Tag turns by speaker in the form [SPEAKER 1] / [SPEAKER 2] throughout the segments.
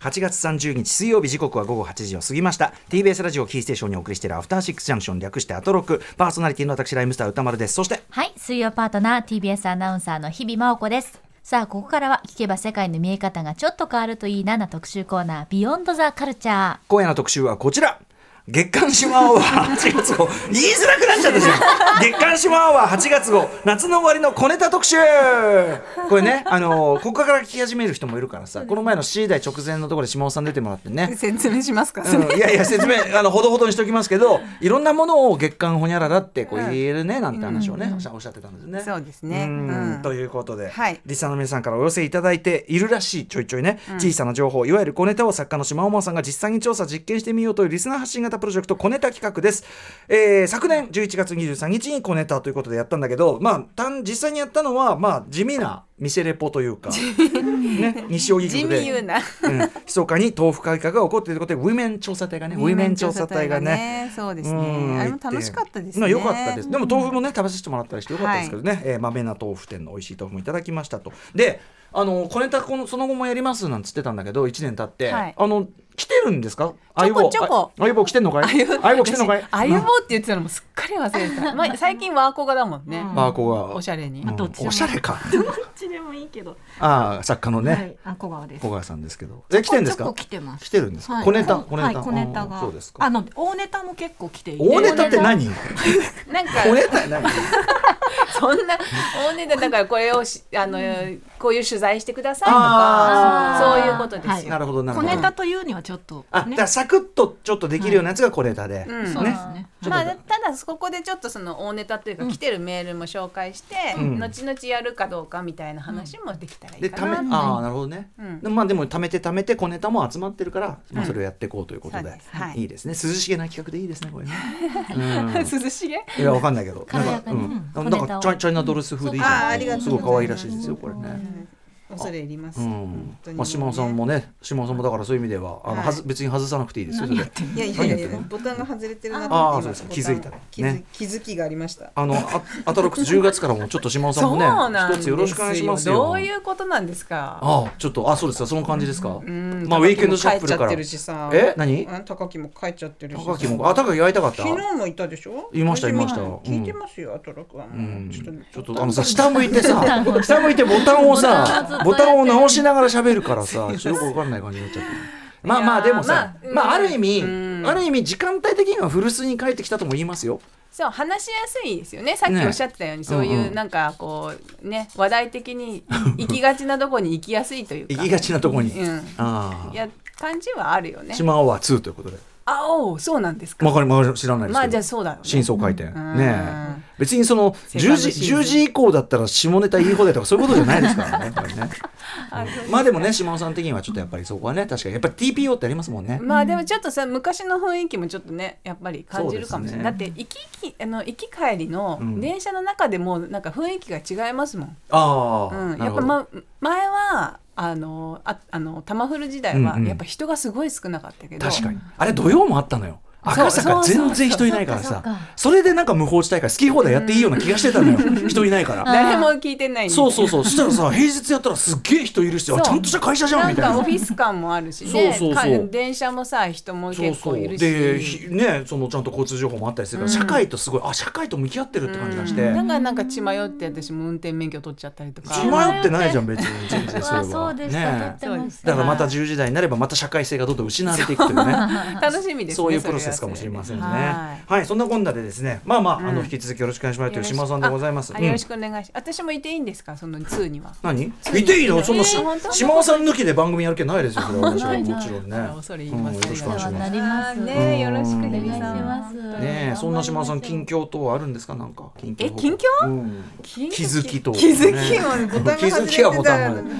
[SPEAKER 1] 8月30日水曜日時刻は午後8時を過ぎました TBS ラジオキーステーションにお送りしているアフターシックスジャンクション略してアトロクパーソナリティの私ライムスター歌丸ですそして
[SPEAKER 2] はい、水曜パートナー TBS アナウンサーの日々真央子です。さあ、ここからは聞けば世界の見え方がちょっと変わるといいなな特集コーナー、ビヨンドザカルチャー。
[SPEAKER 1] 今夜の特集はこちら月刊シマアワー8月号言いづらくなっちゃったじゃん月刊シマアワー8月号夏の終わりの小ネタ特集これねあのここから聞き始める人もいるからさこの前の C 代直前のところで島尾さん出てもらってね
[SPEAKER 3] 説明しますか、
[SPEAKER 1] うんいやいや説明あのほどほどにしておきますけどいろんなものを月刊ほにゃららってこう言えるねなんて話をね、おっしゃおっしゃってたんですね。
[SPEAKER 3] そうですね
[SPEAKER 1] うん
[SPEAKER 3] うん
[SPEAKER 1] ということで、
[SPEAKER 3] はい
[SPEAKER 1] リスナーの皆さんからお寄せいただいているらしいちょいちょいね、小さな情報いわゆる小ネタを作家の島尾真央さんが実際に調査実験してみようというリスナー発信型プロジェクト小ネタ企画です、えー昨年11月23日に小ネタということでやったんだけどまあ単実際にやったのはまあ地味な店レポというか、ね、西荻
[SPEAKER 3] 地
[SPEAKER 1] 窪
[SPEAKER 3] 味
[SPEAKER 1] で
[SPEAKER 3] 言うな
[SPEAKER 1] うん密かに豆腐改革が起こっていることでウィメン調査隊がねウィメン調査隊がね
[SPEAKER 3] そうです
[SPEAKER 1] うん
[SPEAKER 3] ねあれも楽しかったです
[SPEAKER 1] まあ
[SPEAKER 3] ね
[SPEAKER 1] 良かったです。でも豆腐もね食べさせてもらったりして良かったですけどね。えー豆な豆腐店の美味しい豆腐もいただきましたと。で、あの小ネタこのその後もやりますなんつってたんだけど一年経って、
[SPEAKER 3] はい
[SPEAKER 1] あの来てるんですか？
[SPEAKER 3] ちょこちょこ
[SPEAKER 1] あ相棒来てんのかい？相棒来てんのかい
[SPEAKER 4] 私？あゆぼうって言ってたのもすっかり忘れ てた。まあ、最近ワーコガだもんね。
[SPEAKER 1] バーコが
[SPEAKER 4] おしゃれに。
[SPEAKER 1] うん
[SPEAKER 5] どっちでも
[SPEAKER 1] おしゃれか。
[SPEAKER 5] どっちでもいいけど。
[SPEAKER 1] ああ作家のね、
[SPEAKER 5] はい、あ、小川です
[SPEAKER 1] 小。川さんですけど。え来てんです
[SPEAKER 5] ちょ
[SPEAKER 1] か
[SPEAKER 5] こちょこ？来てます。
[SPEAKER 1] 来てるんですか
[SPEAKER 5] はい
[SPEAKER 1] 小ネタ
[SPEAKER 5] はい
[SPEAKER 1] 小ネタ
[SPEAKER 5] はい、小ネタ
[SPEAKER 1] あ
[SPEAKER 5] が。
[SPEAKER 1] ーそうですか
[SPEAKER 5] あの、大ネタも結構来ていて。
[SPEAKER 1] 大ネタって何？
[SPEAKER 4] なんか、
[SPEAKER 1] 小ネタって何？
[SPEAKER 4] そんな、大ネタだから、これをし、あの、こういう取材してくださいと
[SPEAKER 1] あ
[SPEAKER 4] か、
[SPEAKER 5] ー
[SPEAKER 4] そういうことですよ。
[SPEAKER 5] はい
[SPEAKER 1] なるほどなる
[SPEAKER 5] 小
[SPEAKER 1] ほど。
[SPEAKER 5] ネタというにはちょっと。
[SPEAKER 1] あ、だからサクッとちょっとできるようなやつが小ネタで。
[SPEAKER 4] うん
[SPEAKER 5] そうですね。
[SPEAKER 1] ちょっと
[SPEAKER 4] まあ、ただここでちょっとその大ネタというか来てるメールも紹介して、
[SPEAKER 1] うん
[SPEAKER 4] 後々やるかどうかみたいな話もできたらい
[SPEAKER 1] で
[SPEAKER 4] い
[SPEAKER 1] た
[SPEAKER 4] か
[SPEAKER 1] め
[SPEAKER 4] な、
[SPEAKER 1] ああなるほどね、
[SPEAKER 4] うん
[SPEAKER 1] でまあでも貯めて貯めて小ネタも集まってるから、まあ
[SPEAKER 4] うん
[SPEAKER 1] それをやっていこうということで,、
[SPEAKER 4] そうですはい
[SPEAKER 1] い、いですね涼しげな企画でいいですねこれね、
[SPEAKER 4] 涼しげ
[SPEAKER 1] うん、いやわかんないけど
[SPEAKER 2] 軽やかに
[SPEAKER 1] なんか,、う
[SPEAKER 2] うん
[SPEAKER 1] ん、なんかチ
[SPEAKER 2] 小ネタを
[SPEAKER 1] ャイチャイナドレス風でいいじ
[SPEAKER 3] そうあー
[SPEAKER 1] ゃ
[SPEAKER 3] あ
[SPEAKER 1] ん
[SPEAKER 3] りがとう
[SPEAKER 1] すごい可愛らしいですよこれね、
[SPEAKER 3] 恐れ入ります、
[SPEAKER 1] うん
[SPEAKER 3] 本当に
[SPEAKER 1] まあ、島尾さんもね島尾さんもだからそういう意味ではあの、
[SPEAKER 3] はい
[SPEAKER 1] はず別に外さなくていいですよそれで
[SPEAKER 3] いやいやいや
[SPEAKER 1] 何やってんの
[SPEAKER 3] ボタンが外れてるな
[SPEAKER 1] あ
[SPEAKER 3] と
[SPEAKER 1] ー
[SPEAKER 3] 思って
[SPEAKER 1] そう
[SPEAKER 3] 今
[SPEAKER 1] です気づ
[SPEAKER 3] ボタン
[SPEAKER 1] いたね
[SPEAKER 3] 気づ,、気づきがありました
[SPEAKER 1] あのあアトロックス10月からもちょっと島尾さんもね
[SPEAKER 4] そうなん
[SPEAKER 1] 一つよろしくお願いしますよ
[SPEAKER 4] どういうことなんですか。
[SPEAKER 1] ああちょっとあそうですかその感じですか、
[SPEAKER 3] うん
[SPEAKER 1] まあウィークエンドシャッフルか
[SPEAKER 3] 高木も
[SPEAKER 1] ら
[SPEAKER 3] 帰っちゃってるしさ
[SPEAKER 1] え何
[SPEAKER 3] うん高木も帰っちゃってるしさ
[SPEAKER 1] 高木もあ高木会いたかった
[SPEAKER 3] 昨日もいたでしょ
[SPEAKER 1] いましたいました
[SPEAKER 3] 私も
[SPEAKER 1] うん
[SPEAKER 3] 聞いてますよアトロクは
[SPEAKER 1] う
[SPEAKER 3] も
[SPEAKER 1] ん
[SPEAKER 3] う
[SPEAKER 1] ち
[SPEAKER 3] ちょっ
[SPEAKER 1] ょっ
[SPEAKER 3] と
[SPEAKER 1] とあのさ下向いてさ下向いてボタンをさボ
[SPEAKER 2] ボタ
[SPEAKER 1] タ
[SPEAKER 2] ン
[SPEAKER 1] ン
[SPEAKER 2] を
[SPEAKER 1] を
[SPEAKER 2] ずっとやってる
[SPEAKER 1] 直しながら喋るからさちょっとよくわかんない感じになっちゃってまあまあでもさ
[SPEAKER 4] まあうん
[SPEAKER 1] まあある意味
[SPEAKER 3] うん
[SPEAKER 1] ある意味時間帯的には古巣に帰ってきたとも言いますよ
[SPEAKER 4] そう話しやすいですよね。さっき
[SPEAKER 1] ね
[SPEAKER 4] おっしゃってたように、そう
[SPEAKER 1] うん
[SPEAKER 4] い
[SPEAKER 1] うん
[SPEAKER 4] うなんかこうね話題的に行きがちなとこに行きやすいというか。
[SPEAKER 1] 行きがちなとこに
[SPEAKER 4] うん。
[SPEAKER 1] あ
[SPEAKER 4] いや感じはあるよ
[SPEAKER 1] あ
[SPEAKER 4] ね。
[SPEAKER 1] 島尾は2ということで
[SPEAKER 4] あおうそうなんですか。
[SPEAKER 1] わかりま知らないですけど
[SPEAKER 4] まあじゃあそうだよね。
[SPEAKER 1] 真相回転
[SPEAKER 4] ん
[SPEAKER 1] ねえ別にその
[SPEAKER 4] セカン
[SPEAKER 1] 10
[SPEAKER 4] ド
[SPEAKER 1] 時
[SPEAKER 4] シーズン
[SPEAKER 1] 10時以降だったら下ネタ言い放題とかそういうことじゃないですからねやっぱりね
[SPEAKER 4] あそう
[SPEAKER 1] まあでもね島尾さん的にはちょっとやっぱりそこはね確かにやっぱり TPO ってありますもんね
[SPEAKER 4] まあでもちょっとさ昔の雰囲気もちょっとねやっぱり感じるかもしれな
[SPEAKER 1] そ
[SPEAKER 4] い。だ
[SPEAKER 1] う
[SPEAKER 4] っ
[SPEAKER 1] で
[SPEAKER 4] て行き来あの行き帰りの
[SPEAKER 1] うん
[SPEAKER 4] 電車の中でもなんか雰囲気が違いますもん。
[SPEAKER 1] ああ
[SPEAKER 4] うん、
[SPEAKER 1] な
[SPEAKER 4] や
[SPEAKER 1] る
[SPEAKER 4] っ
[SPEAKER 1] ほ
[SPEAKER 4] ぱ、
[SPEAKER 1] ど
[SPEAKER 4] ま、前はあのああの玉古時代
[SPEAKER 1] う
[SPEAKER 4] は
[SPEAKER 1] んうん
[SPEAKER 4] やっぱ人がすごい少なかったけど、
[SPEAKER 1] 確かにあれ土曜もあったのよ赤坂
[SPEAKER 4] そうそうそう
[SPEAKER 1] 全然人いないから
[SPEAKER 2] そう
[SPEAKER 1] さ
[SPEAKER 2] かそうか
[SPEAKER 1] それでなんか無法地帯から好き放題やっていいような気がしてたのよ人いない から
[SPEAKER 4] 誰も聞いてないんで
[SPEAKER 1] そうそうそうそしたらさ平日やったらすっげえ人いるしあ
[SPEAKER 4] そう
[SPEAKER 1] ちゃんとした会社じゃん
[SPEAKER 4] な
[SPEAKER 1] み
[SPEAKER 4] ん
[SPEAKER 1] たい
[SPEAKER 4] かオ
[SPEAKER 1] な
[SPEAKER 4] フ。ィス感もあるしね
[SPEAKER 1] そうそうそう
[SPEAKER 4] か電車もさ人も
[SPEAKER 1] そう
[SPEAKER 4] 結
[SPEAKER 1] そ
[SPEAKER 4] 構
[SPEAKER 1] う
[SPEAKER 4] いるし
[SPEAKER 1] でひねそのちゃんと交通情報もあったりするから、社会とすごいあ社会と向き合ってるって感じがして、
[SPEAKER 4] だからなんか血迷って私も運転免許取っちゃったりとか
[SPEAKER 1] 血迷ってないじゃん別に全然それ
[SPEAKER 2] あ、
[SPEAKER 1] は
[SPEAKER 2] そうでした。撮っ
[SPEAKER 1] ね
[SPEAKER 2] てました。
[SPEAKER 1] だからまた10時代になればまた社会性がどんどん失われていくというね
[SPEAKER 4] 楽しみですね
[SPEAKER 1] そういうプロセスかもしれませんね。
[SPEAKER 4] そ
[SPEAKER 1] は
[SPEAKER 4] れ
[SPEAKER 1] い
[SPEAKER 4] はそれではい、
[SPEAKER 1] そんなこんなでですね、まあまあ、
[SPEAKER 4] ん
[SPEAKER 1] あの引き続きよろしくお願いしますという
[SPEAKER 4] よろし
[SPEAKER 1] 島尾さんでございます。
[SPEAKER 4] あ
[SPEAKER 1] うん
[SPEAKER 4] よろしくお願いします、私もいていいんですかその2には
[SPEAKER 1] 何？いていいの？そんなし
[SPEAKER 4] えー本当
[SPEAKER 1] 島尾さん抜きで番組やる気ないですよ。それは私は
[SPEAKER 2] ないない
[SPEAKER 1] もちろんね。
[SPEAKER 4] あ恐れ入りま
[SPEAKER 1] う
[SPEAKER 4] す
[SPEAKER 1] んよろしくお
[SPEAKER 2] お世
[SPEAKER 1] 願い
[SPEAKER 2] 話
[SPEAKER 1] します。
[SPEAKER 2] になります。
[SPEAKER 4] あー
[SPEAKER 2] ね
[SPEAKER 4] ねよろしく
[SPEAKER 1] お
[SPEAKER 4] ね
[SPEAKER 1] 願いし
[SPEAKER 2] ます
[SPEAKER 4] 皆さん
[SPEAKER 1] ねえ、そんな島尾さん近況等あるんですかなんか近況報告？
[SPEAKER 4] え近況
[SPEAKER 1] うん
[SPEAKER 4] 気
[SPEAKER 1] 気づき等。
[SPEAKER 3] 気づきもねボタン
[SPEAKER 1] 気
[SPEAKER 3] が
[SPEAKER 1] づ
[SPEAKER 3] 外
[SPEAKER 1] きは
[SPEAKER 3] れて
[SPEAKER 1] ボ
[SPEAKER 3] たら
[SPEAKER 1] タンまで。うん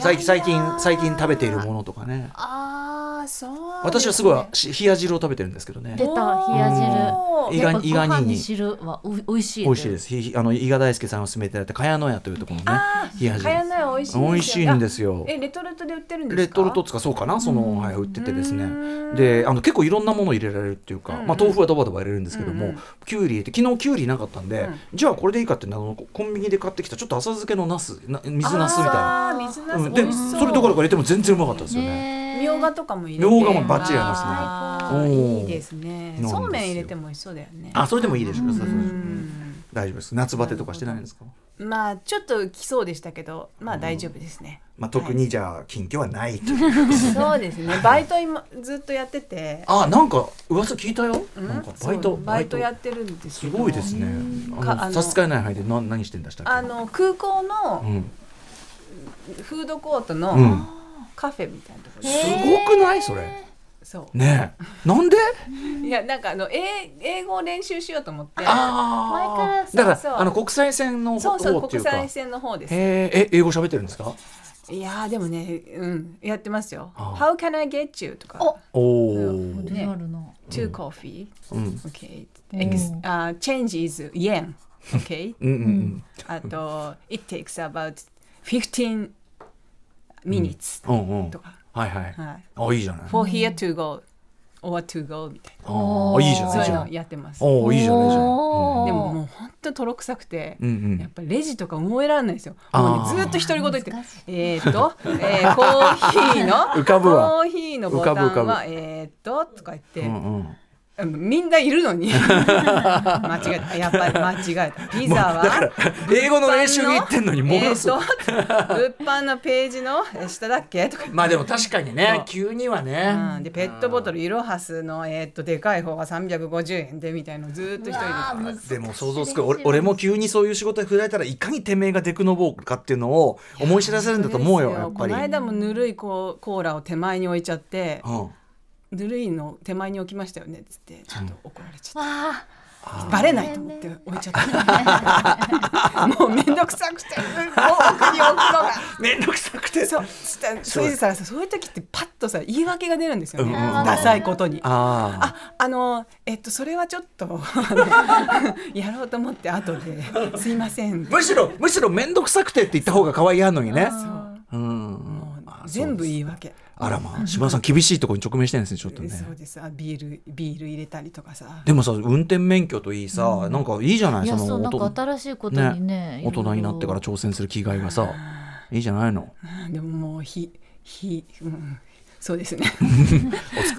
[SPEAKER 1] 最近最近最近食べているものとかね。
[SPEAKER 4] ああそう
[SPEAKER 1] 私はすごいし冷や汁を食べてるんですけどね
[SPEAKER 2] 出た冷や汁
[SPEAKER 1] 意外に
[SPEAKER 2] やっぱ
[SPEAKER 1] 意外
[SPEAKER 2] ご飯
[SPEAKER 1] に
[SPEAKER 2] に汁はおい美味しい
[SPEAKER 1] 美味しいですすひひあの伊賀大輔さんを勧めていただいた茅野屋というところのね冷や
[SPEAKER 4] かや
[SPEAKER 1] 汁
[SPEAKER 4] ない美味しい
[SPEAKER 1] 美味しいんですすよ
[SPEAKER 4] よあえレトルトで売ってるんですか
[SPEAKER 1] レトルトっつうかそうかなその、はい、売っててです
[SPEAKER 4] う
[SPEAKER 1] ね
[SPEAKER 4] ーん
[SPEAKER 1] であの結構いろんなものを入れられるっていうか、
[SPEAKER 4] うんうん
[SPEAKER 1] まあ、豆腐はドバドバ入れるんですけども、
[SPEAKER 4] うんうん
[SPEAKER 1] きゅうり入れて昨日きゅうりなかったんで、
[SPEAKER 4] ん
[SPEAKER 1] じゃあこれでいいかってあのコンビニで買ってきたちょっと浅漬けのなすな水なすみたいな、
[SPEAKER 4] あー水な
[SPEAKER 1] うん、
[SPEAKER 4] す
[SPEAKER 1] で
[SPEAKER 4] 美味しそう
[SPEAKER 1] それどころか入れても全然うまかったですよね。
[SPEAKER 4] みょうがとかも入れて
[SPEAKER 1] みょうがもバッチリ合いますね
[SPEAKER 4] あ
[SPEAKER 1] お
[SPEAKER 4] ー
[SPEAKER 1] ー
[SPEAKER 4] いいですね
[SPEAKER 1] なんですよ
[SPEAKER 4] そうめん入れても美味しそうだよね
[SPEAKER 1] あそれでもいいですよ、
[SPEAKER 4] う
[SPEAKER 1] そうそうそうん大丈夫です夏バテとかしてないんですか、
[SPEAKER 4] まあちょっと来そうでしたけどまあ大丈夫ですね
[SPEAKER 1] まあ、特にじゃあ近況はないという、
[SPEAKER 4] そうですねバイト今ずっとやってて
[SPEAKER 1] あなんか噂聞いたよ、
[SPEAKER 4] うん
[SPEAKER 1] なんか
[SPEAKER 4] そう
[SPEAKER 1] バイト
[SPEAKER 4] バイトやってるんです
[SPEAKER 1] す
[SPEAKER 4] けど
[SPEAKER 1] ごいですねあ
[SPEAKER 4] かあ
[SPEAKER 1] の
[SPEAKER 4] の
[SPEAKER 1] 差し支えない範囲でな何してんだしたっけ
[SPEAKER 4] あの空港
[SPEAKER 1] う
[SPEAKER 4] の
[SPEAKER 1] ん、
[SPEAKER 4] フードコート
[SPEAKER 1] う
[SPEAKER 4] の
[SPEAKER 1] ん、
[SPEAKER 4] カフェみたいなところ
[SPEAKER 1] すごくないそれ
[SPEAKER 4] そ
[SPEAKER 1] ねえなんで
[SPEAKER 4] ういやなんかあの英英語を練習しようと思って
[SPEAKER 1] あ
[SPEAKER 2] 前から
[SPEAKER 1] あだか
[SPEAKER 4] そう
[SPEAKER 1] らあの国際線の
[SPEAKER 4] そ
[SPEAKER 1] 方
[SPEAKER 4] うそう
[SPEAKER 1] ってい
[SPEAKER 4] 国
[SPEAKER 1] うか
[SPEAKER 4] 際線の方です
[SPEAKER 1] へええ英語喋ってるんですか
[SPEAKER 4] いやーでもねうんやってますよ「
[SPEAKER 1] あ
[SPEAKER 4] How can I get you?」とか
[SPEAKER 2] お
[SPEAKER 1] おお、
[SPEAKER 4] うん
[SPEAKER 2] リアルな
[SPEAKER 4] 「to coffee
[SPEAKER 1] うん
[SPEAKER 4] okay
[SPEAKER 2] うん
[SPEAKER 4] ex- あ change is yen okay
[SPEAKER 1] うんうん
[SPEAKER 4] あと「it takes about 15 minutes
[SPEAKER 1] うんうんうん」
[SPEAKER 4] とか、
[SPEAKER 1] はいはい
[SPEAKER 4] はい
[SPEAKER 1] あいいじゃない
[SPEAKER 4] 「for here to go or to go」みたい
[SPEAKER 1] ああいいじゃ
[SPEAKER 4] な
[SPEAKER 1] な
[SPEAKER 4] そう
[SPEAKER 1] いじ
[SPEAKER 4] いう
[SPEAKER 1] ゃな
[SPEAKER 4] の
[SPEAKER 1] い
[SPEAKER 4] やってますで
[SPEAKER 1] おおいいじゃないじゃないうん
[SPEAKER 4] ももうほんととろくさくて
[SPEAKER 1] う、んうん
[SPEAKER 4] やっぱレジとか思えらんないですよ
[SPEAKER 1] あー
[SPEAKER 4] もうねずっと独り言言って
[SPEAKER 2] 難しい
[SPEAKER 4] えーっと、えーコーヒーの
[SPEAKER 1] 浮かぶわ
[SPEAKER 4] コーヒーのボタンは
[SPEAKER 1] 浮かぶ浮か
[SPEAKER 4] えーっととか言って、
[SPEAKER 1] うんうん
[SPEAKER 4] みんないるのに 間違えたやっぱり間違えたピザは
[SPEAKER 1] 英語の練習に行ってんのに戻す、
[SPEAKER 4] えーっと物販のページのえー下だっけとか、
[SPEAKER 1] まあでも確かにね
[SPEAKER 4] そう
[SPEAKER 1] 急にはね、
[SPEAKER 4] うん、でペットボトルイロハスのえーっとでかい方が350円でみたいのずーっと一人で
[SPEAKER 2] あー
[SPEAKER 1] でも想像つく俺俺も急にそういう仕事に振られたらいかにてめえがデクノボーかっていうのを思い知らされるんだと思うよやっぱり
[SPEAKER 4] この間もぬるいコーコーラを手前に置いちゃって
[SPEAKER 1] うん
[SPEAKER 4] ぬるいの手前に置きましたよねっつってちょっと怒られちゃっ
[SPEAKER 2] わ
[SPEAKER 4] た、バレないと思って置いちゃった、 もうめんどくさくてうん奥に置くのが
[SPEAKER 1] めんどくさくて
[SPEAKER 4] そうそしたらそれでさそういう時ってパッとさ言い訳が出るんですよね、
[SPEAKER 1] うんうんうん
[SPEAKER 4] ダサいことに。
[SPEAKER 1] ああ
[SPEAKER 4] ああのえっとそれはちょっと あのやろうと思って後ですいません
[SPEAKER 1] むしろむしろ面倒くさくてって言った方が可愛いやんのにね
[SPEAKER 4] そう
[SPEAKER 1] うん
[SPEAKER 4] もう全部言い訳
[SPEAKER 1] あらまあ島田さん厳しいところに直面してるんですねちょっとね
[SPEAKER 4] そうですあビールビール入れたりとかさ
[SPEAKER 1] でもさ運転免許といいさ、なんかいいじゃない
[SPEAKER 2] ーいやそう
[SPEAKER 1] お
[SPEAKER 2] なん
[SPEAKER 1] と
[SPEAKER 2] か新しいことにね
[SPEAKER 1] 大人になってから挑戦する気概がさいいじゃないの
[SPEAKER 4] うんでももうひひ、うん、そうですね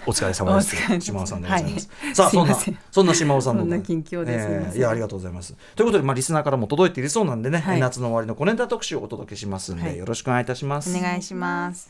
[SPEAKER 1] お疲れ様で
[SPEAKER 4] お疲
[SPEAKER 1] す。
[SPEAKER 4] れ様です
[SPEAKER 1] 島尾さんでございます。
[SPEAKER 4] はい
[SPEAKER 1] さあ、
[SPEAKER 4] すい
[SPEAKER 1] そん
[SPEAKER 4] ま
[SPEAKER 1] な
[SPEAKER 4] せん、
[SPEAKER 1] そんな島尾さんのね、
[SPEAKER 4] そんな近況ですいま
[SPEAKER 1] え
[SPEAKER 4] せ
[SPEAKER 1] ー
[SPEAKER 4] ん
[SPEAKER 1] いや、ありがとうございます。ということで、まあ、リスナーからも届いているそうなんでね、
[SPEAKER 4] はい
[SPEAKER 1] 夏の終わりの小ネタ特集をお届けしますんで、
[SPEAKER 4] はい
[SPEAKER 1] よろしくお願いいたします。
[SPEAKER 4] お願いします。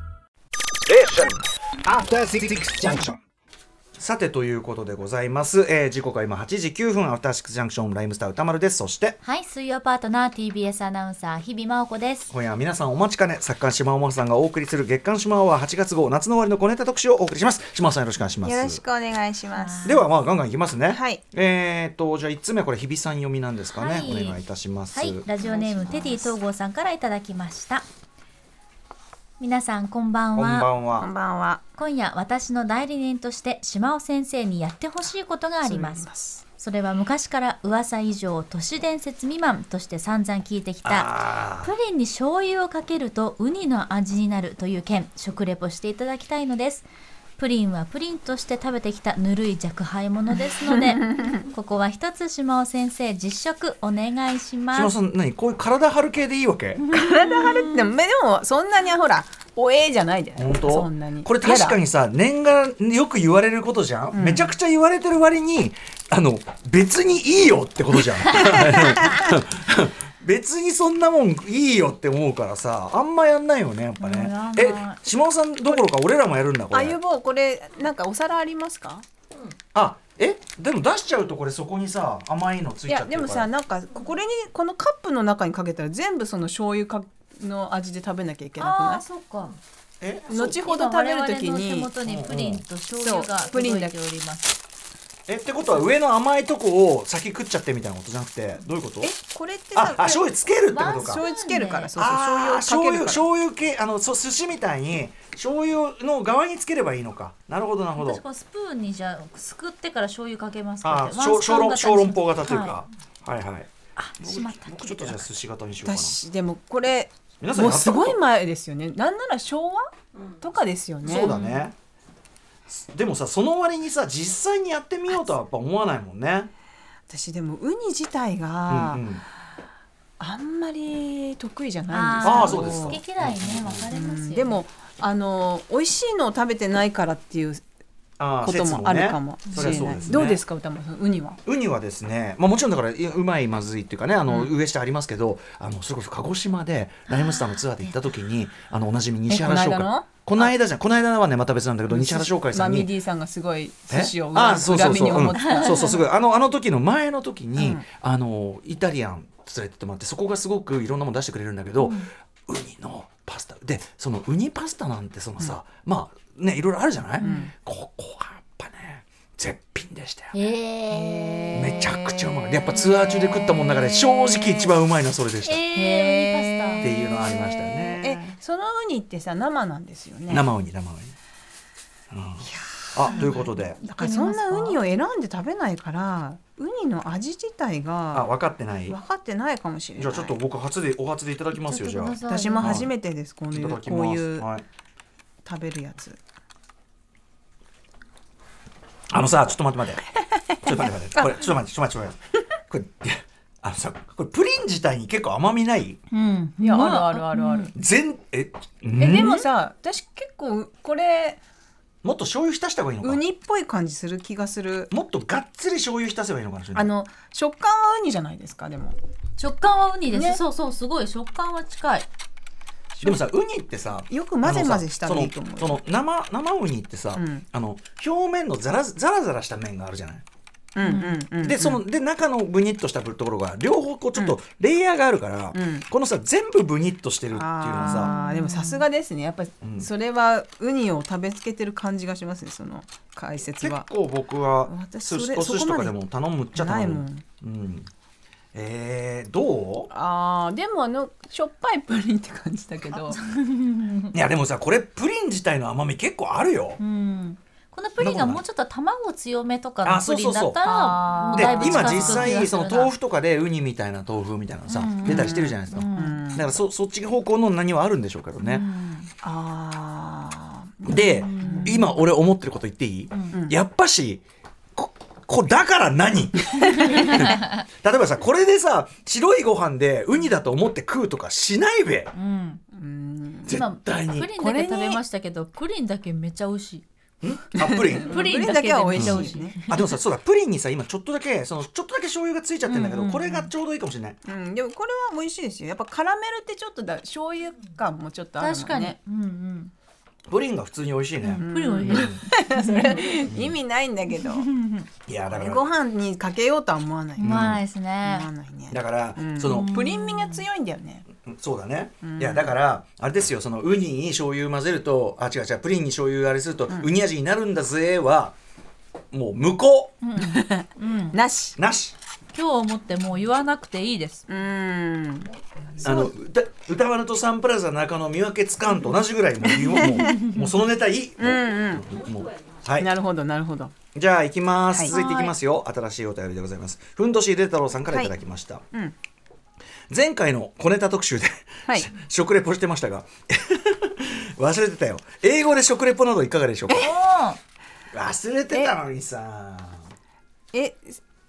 [SPEAKER 6] After Six Junction.
[SPEAKER 1] さて、ということでございます。えー時刻は今8時9分、アフターシックスジャンクション、ライムスター歌丸です。そして、
[SPEAKER 2] はい水曜パートナー TBS アナウンサー日々真央子です
[SPEAKER 1] 今夜は皆さんお待ちかね、作家島尾真帆さんがお送りする月刊島尾は8月号、夏の終わりの小ネタ特集をお送りします。島尾さんよろしくお願いします。
[SPEAKER 4] よろしくお願いします。
[SPEAKER 1] ではまあガンガンいきますね。
[SPEAKER 4] はい
[SPEAKER 1] えっ、とじゃあ一つ目はこれ日比さん読みなんですかね。
[SPEAKER 2] はい
[SPEAKER 1] お願いいたします。
[SPEAKER 2] はいラジオネームテディ東郷さんからいただきました皆さんこんばん
[SPEAKER 1] こん
[SPEAKER 2] は
[SPEAKER 1] ばん
[SPEAKER 4] こん
[SPEAKER 1] は。
[SPEAKER 4] ばんは。
[SPEAKER 2] 今夜私の代理人として島尾先生にやってほしいことがありますそれは昔から噂以上都市伝説未満として散々聞いてきた
[SPEAKER 1] あ
[SPEAKER 2] プリンに醤油をかけるとウニの味になるという件食レポしていただきたいのですプリンはプリンとして食べてきたぬるい若輩ものですの でここは一つ島尾先生実食お願いし
[SPEAKER 1] あ。島
[SPEAKER 2] ま
[SPEAKER 1] 尾
[SPEAKER 2] す
[SPEAKER 1] さん何こういう体張る系でいいわけ？
[SPEAKER 4] 体張るってでもでもそんなにほらおえじゃないじゃない。
[SPEAKER 1] 本当？
[SPEAKER 4] そんなに。
[SPEAKER 1] これ確か
[SPEAKER 4] や
[SPEAKER 1] にさ年がよく言われることじゃん。めちゃくちゃ言われてる割にあの別にいいよってことじゃん。 別にそんなもんいいよって思うからさあんまやんないよねやっぱ
[SPEAKER 2] うん
[SPEAKER 1] ね
[SPEAKER 2] やんない
[SPEAKER 1] え島尾さんどころか俺らもやるんだこ
[SPEAKER 4] あゆ
[SPEAKER 1] れ
[SPEAKER 4] ぼうこれなんかお皿ありますか
[SPEAKER 1] あえでも出しちゃうとこれそこにさ甘いのつい
[SPEAKER 4] い
[SPEAKER 1] ちゃっ
[SPEAKER 4] や
[SPEAKER 1] て
[SPEAKER 4] で
[SPEAKER 1] る
[SPEAKER 4] も
[SPEAKER 1] か
[SPEAKER 4] さ
[SPEAKER 1] ら
[SPEAKER 4] なんかこれにこのカップの中にかけたら全部その醤油かの味で食べなきゃいけなく
[SPEAKER 2] あ
[SPEAKER 4] な
[SPEAKER 2] あそっか
[SPEAKER 1] え
[SPEAKER 4] い後ほど食べるとき
[SPEAKER 2] 今我々の手
[SPEAKER 4] に
[SPEAKER 2] 元にプリンと醤油が
[SPEAKER 4] そうプ
[SPEAKER 2] 届
[SPEAKER 4] リン
[SPEAKER 2] い
[SPEAKER 4] だ
[SPEAKER 2] ております
[SPEAKER 1] えってことは上の甘いとこを先食っちゃってみたいなことじゃなくてどういうこと
[SPEAKER 4] えこれって
[SPEAKER 1] あ
[SPEAKER 4] さ
[SPEAKER 1] あ醤油つけるってことか
[SPEAKER 4] 醤油つけるからそうそう
[SPEAKER 1] あー
[SPEAKER 4] 醤油をかけるから
[SPEAKER 1] 醤油醤油系あのそう寿司みたいに醤油の側につければいいのかなるほどなるほど
[SPEAKER 2] 私このスプーンにじゃあすくってから醤油かけます
[SPEAKER 1] あ
[SPEAKER 2] か
[SPEAKER 1] ー
[SPEAKER 2] ら
[SPEAKER 1] 小小籠小籠包型という
[SPEAKER 2] は
[SPEAKER 1] か、はい、はい
[SPEAKER 2] いしまった
[SPEAKER 1] 僕ちょっとじゃあ寿司型にしようかな
[SPEAKER 4] 私でもこれ
[SPEAKER 1] 皆さん
[SPEAKER 4] も
[SPEAKER 1] や
[SPEAKER 4] う
[SPEAKER 1] った
[SPEAKER 4] すごい前ですよねなんなら昭和とかですよね
[SPEAKER 1] そうだねでもさその割にさ実際にやってみようとはやっぱ思わないもんね
[SPEAKER 4] 私でもウニ自体
[SPEAKER 1] うん
[SPEAKER 4] が
[SPEAKER 1] うん
[SPEAKER 4] あんまり得意じゃないんです
[SPEAKER 1] あ
[SPEAKER 2] あ
[SPEAKER 1] ーそうですか
[SPEAKER 2] 好き嫌いね分かれますよね
[SPEAKER 4] でもあの美味しいのを食べてないからっていう
[SPEAKER 1] あー
[SPEAKER 4] こと
[SPEAKER 1] 説
[SPEAKER 4] もあるかも
[SPEAKER 1] ね
[SPEAKER 4] し
[SPEAKER 1] そりゃ
[SPEAKER 4] れ
[SPEAKER 1] そう
[SPEAKER 4] ない
[SPEAKER 1] です、ね、
[SPEAKER 4] どうですか歌丸さんウニは
[SPEAKER 1] ウニはですね、まあ、もちろんだからいうまいまずいっていうかねあの、上下ありますけどあのそれこそ鹿児島でライムスターのツアーで行った時にあのおなじみ西原
[SPEAKER 4] え
[SPEAKER 1] 商
[SPEAKER 4] この
[SPEAKER 1] 会この間
[SPEAKER 4] 間の
[SPEAKER 1] じゃんこの間はねまた別なんだけど西原商会さん
[SPEAKER 4] マミ
[SPEAKER 1] に。
[SPEAKER 4] ディさんがすごい寿
[SPEAKER 1] え
[SPEAKER 4] 司を
[SPEAKER 1] あ
[SPEAKER 4] 裏
[SPEAKER 1] そうそう
[SPEAKER 4] 裏目
[SPEAKER 1] そう、
[SPEAKER 4] に
[SPEAKER 1] うん
[SPEAKER 4] 思ってた
[SPEAKER 1] そうそうすごいあのあの時の前の時に、
[SPEAKER 4] うん
[SPEAKER 1] あのイタリアン連れてってもらってそこがすごくいろんなもの出してくれるんだけど、ウニのパスタでそのウニパスタなんてそのさ、まあねいろいろあるじゃない、ここはやっぱね絶品でしたよ
[SPEAKER 2] えー
[SPEAKER 1] めちゃくちゃうまいでやっぱツアー中で食ったもんだから正直一番うまいのはそれでした、
[SPEAKER 2] えー、ウニパスタ
[SPEAKER 1] っていうのはありましたね
[SPEAKER 4] えそのウニってさ生なんですよね
[SPEAKER 1] 生ウニ生ウニ、うんあということで
[SPEAKER 4] だからそんなウニを選んで食べないからウニの味自体
[SPEAKER 1] あ
[SPEAKER 4] が
[SPEAKER 1] 分かってない
[SPEAKER 4] 分かってないかもしれない
[SPEAKER 1] じゃあちょっと僕初でお初でいただきますよじゃあ
[SPEAKER 4] 私も初めてですこう
[SPEAKER 1] い
[SPEAKER 4] い
[SPEAKER 1] た
[SPEAKER 4] う
[SPEAKER 1] だき
[SPEAKER 4] こう
[SPEAKER 1] ます
[SPEAKER 4] いう
[SPEAKER 1] はい、
[SPEAKER 4] 食べるやつ
[SPEAKER 1] あのさちょっと待って待ってちょっと待って待ってこれちょっと待ってちょっと待ってちょっと待ってこれあのさこれプリン自体に結構甘みない
[SPEAKER 2] うん
[SPEAKER 4] いやあるあるあるある
[SPEAKER 1] 全えん
[SPEAKER 4] えでもさ私結構これ
[SPEAKER 1] もっと醤油浸した方がいいのか
[SPEAKER 4] ウニっぽい感じする気がする
[SPEAKER 1] もっとがっつり醤油浸せばいいのかもしれない
[SPEAKER 4] あの食感はウニじゃないですかでも
[SPEAKER 2] 食感はウニです、
[SPEAKER 4] ね
[SPEAKER 2] そうそうすごい食感は近い
[SPEAKER 1] でもさウニってさ
[SPEAKER 4] よく混ぜ混ぜしたらいいと思う
[SPEAKER 1] あのさそのその生生ウニってさ、
[SPEAKER 4] うん
[SPEAKER 1] あの表面のザラザラザラした面があるじゃない、
[SPEAKER 4] うんうんうん
[SPEAKER 1] でそので中のブニッとしたところが両方こうちょっとレイヤーがあるから、
[SPEAKER 4] うん
[SPEAKER 1] このさ全部ブニッとしてるっていうのはさ
[SPEAKER 4] あーでもさすがですねやっぱり
[SPEAKER 1] うん
[SPEAKER 4] それはウニを食べつけてる感じがしますねその解説
[SPEAKER 1] 結
[SPEAKER 4] は
[SPEAKER 1] 構僕は
[SPEAKER 4] 私
[SPEAKER 1] 寿司
[SPEAKER 4] それ
[SPEAKER 1] お寿司と
[SPEAKER 4] そこ
[SPEAKER 1] か
[SPEAKER 4] まで
[SPEAKER 1] でも頼むっちゃ
[SPEAKER 4] ない
[SPEAKER 1] 頼
[SPEAKER 4] も
[SPEAKER 1] む
[SPEAKER 4] ん
[SPEAKER 1] うんえー、ど
[SPEAKER 4] あーでもあのしょっぱいプリンって感じだけ ど
[SPEAKER 1] ういやでもさこれプリン自体の甘み結構あるよ、
[SPEAKER 2] うんこのプリンがもうちょっと卵強めとか
[SPEAKER 1] あ
[SPEAKER 2] の
[SPEAKER 1] そう
[SPEAKER 2] プリ
[SPEAKER 1] そう
[SPEAKER 2] ンだ
[SPEAKER 1] そう
[SPEAKER 2] ったらもう
[SPEAKER 1] で
[SPEAKER 2] だいぶ近
[SPEAKER 1] 今
[SPEAKER 2] づく気
[SPEAKER 1] 実
[SPEAKER 2] がするな
[SPEAKER 1] 際その豆腐とかでウニみたいな豆腐みたいなのさ、出たりしてるじゃないですか、
[SPEAKER 4] うん
[SPEAKER 1] だからそそっち方向の何はあるんでしょうけどね、
[SPEAKER 4] あー
[SPEAKER 1] で、今俺思ってること言っていい、やっぱしここだから何 例えばさこれでさ白いご飯でウニだと思って食うとかしないべ
[SPEAKER 2] うん
[SPEAKER 4] うん
[SPEAKER 1] 絶
[SPEAKER 2] 今プ
[SPEAKER 1] 対に
[SPEAKER 2] リンだけ食べましたけどプリンだけめっちゃ美味しい
[SPEAKER 1] あプリン
[SPEAKER 2] プリ
[SPEAKER 4] プ
[SPEAKER 2] ン
[SPEAKER 4] リン
[SPEAKER 2] だ
[SPEAKER 4] だ
[SPEAKER 2] け
[SPEAKER 4] けは
[SPEAKER 2] で
[SPEAKER 4] 美
[SPEAKER 2] めっ
[SPEAKER 4] 味し
[SPEAKER 2] ちゃ美味し
[SPEAKER 4] いよ
[SPEAKER 2] い
[SPEAKER 4] ね
[SPEAKER 1] あでもさそうだプリンにさ今ちょっとだけそのちょっとだけ醤油がついちゃってるんだけど、これがちょうどいいかもしれない
[SPEAKER 4] うんでもこれは美味しいですよやっぱカラメルってちょっとだ醤油感もちょっとある
[SPEAKER 2] 確
[SPEAKER 4] の
[SPEAKER 2] かに
[SPEAKER 4] ね
[SPEAKER 2] うん
[SPEAKER 1] プリンが普通に美味しいね、
[SPEAKER 2] うんプリン美味しい
[SPEAKER 4] 意味ないんだけど
[SPEAKER 1] いやだから
[SPEAKER 4] ご飯にかけようとは思わないう思
[SPEAKER 2] まいですね
[SPEAKER 4] わないね
[SPEAKER 1] だから、
[SPEAKER 4] うん
[SPEAKER 1] その
[SPEAKER 4] プリン味が強いんだよね
[SPEAKER 1] そうだね、いやだからあれですよそのウニに醤油混ぜるとあ違う違うプリンに醤油あれすると、ウニ味になるんだぜはもう無効
[SPEAKER 4] なし
[SPEAKER 1] なし
[SPEAKER 2] 今日思ってもう言わなくていいです
[SPEAKER 4] うん
[SPEAKER 1] あの歌歌丸とサンプラザ中野見分けつかんと同じぐらいもうもうもうそのネタいい、もうもうはい
[SPEAKER 4] なるほどなるほど
[SPEAKER 1] じゃあ行きます、
[SPEAKER 4] はい
[SPEAKER 1] 続いていきますよ新しいお便りでございますふんどし出太郎さんからいただきました、
[SPEAKER 4] うん
[SPEAKER 1] 前回の小ネタ特集で、
[SPEAKER 4] はい
[SPEAKER 1] 食レポしてましたが 忘れてたよ英語で食レポなどいかがでしょうか忘れてたのにさ
[SPEAKER 4] え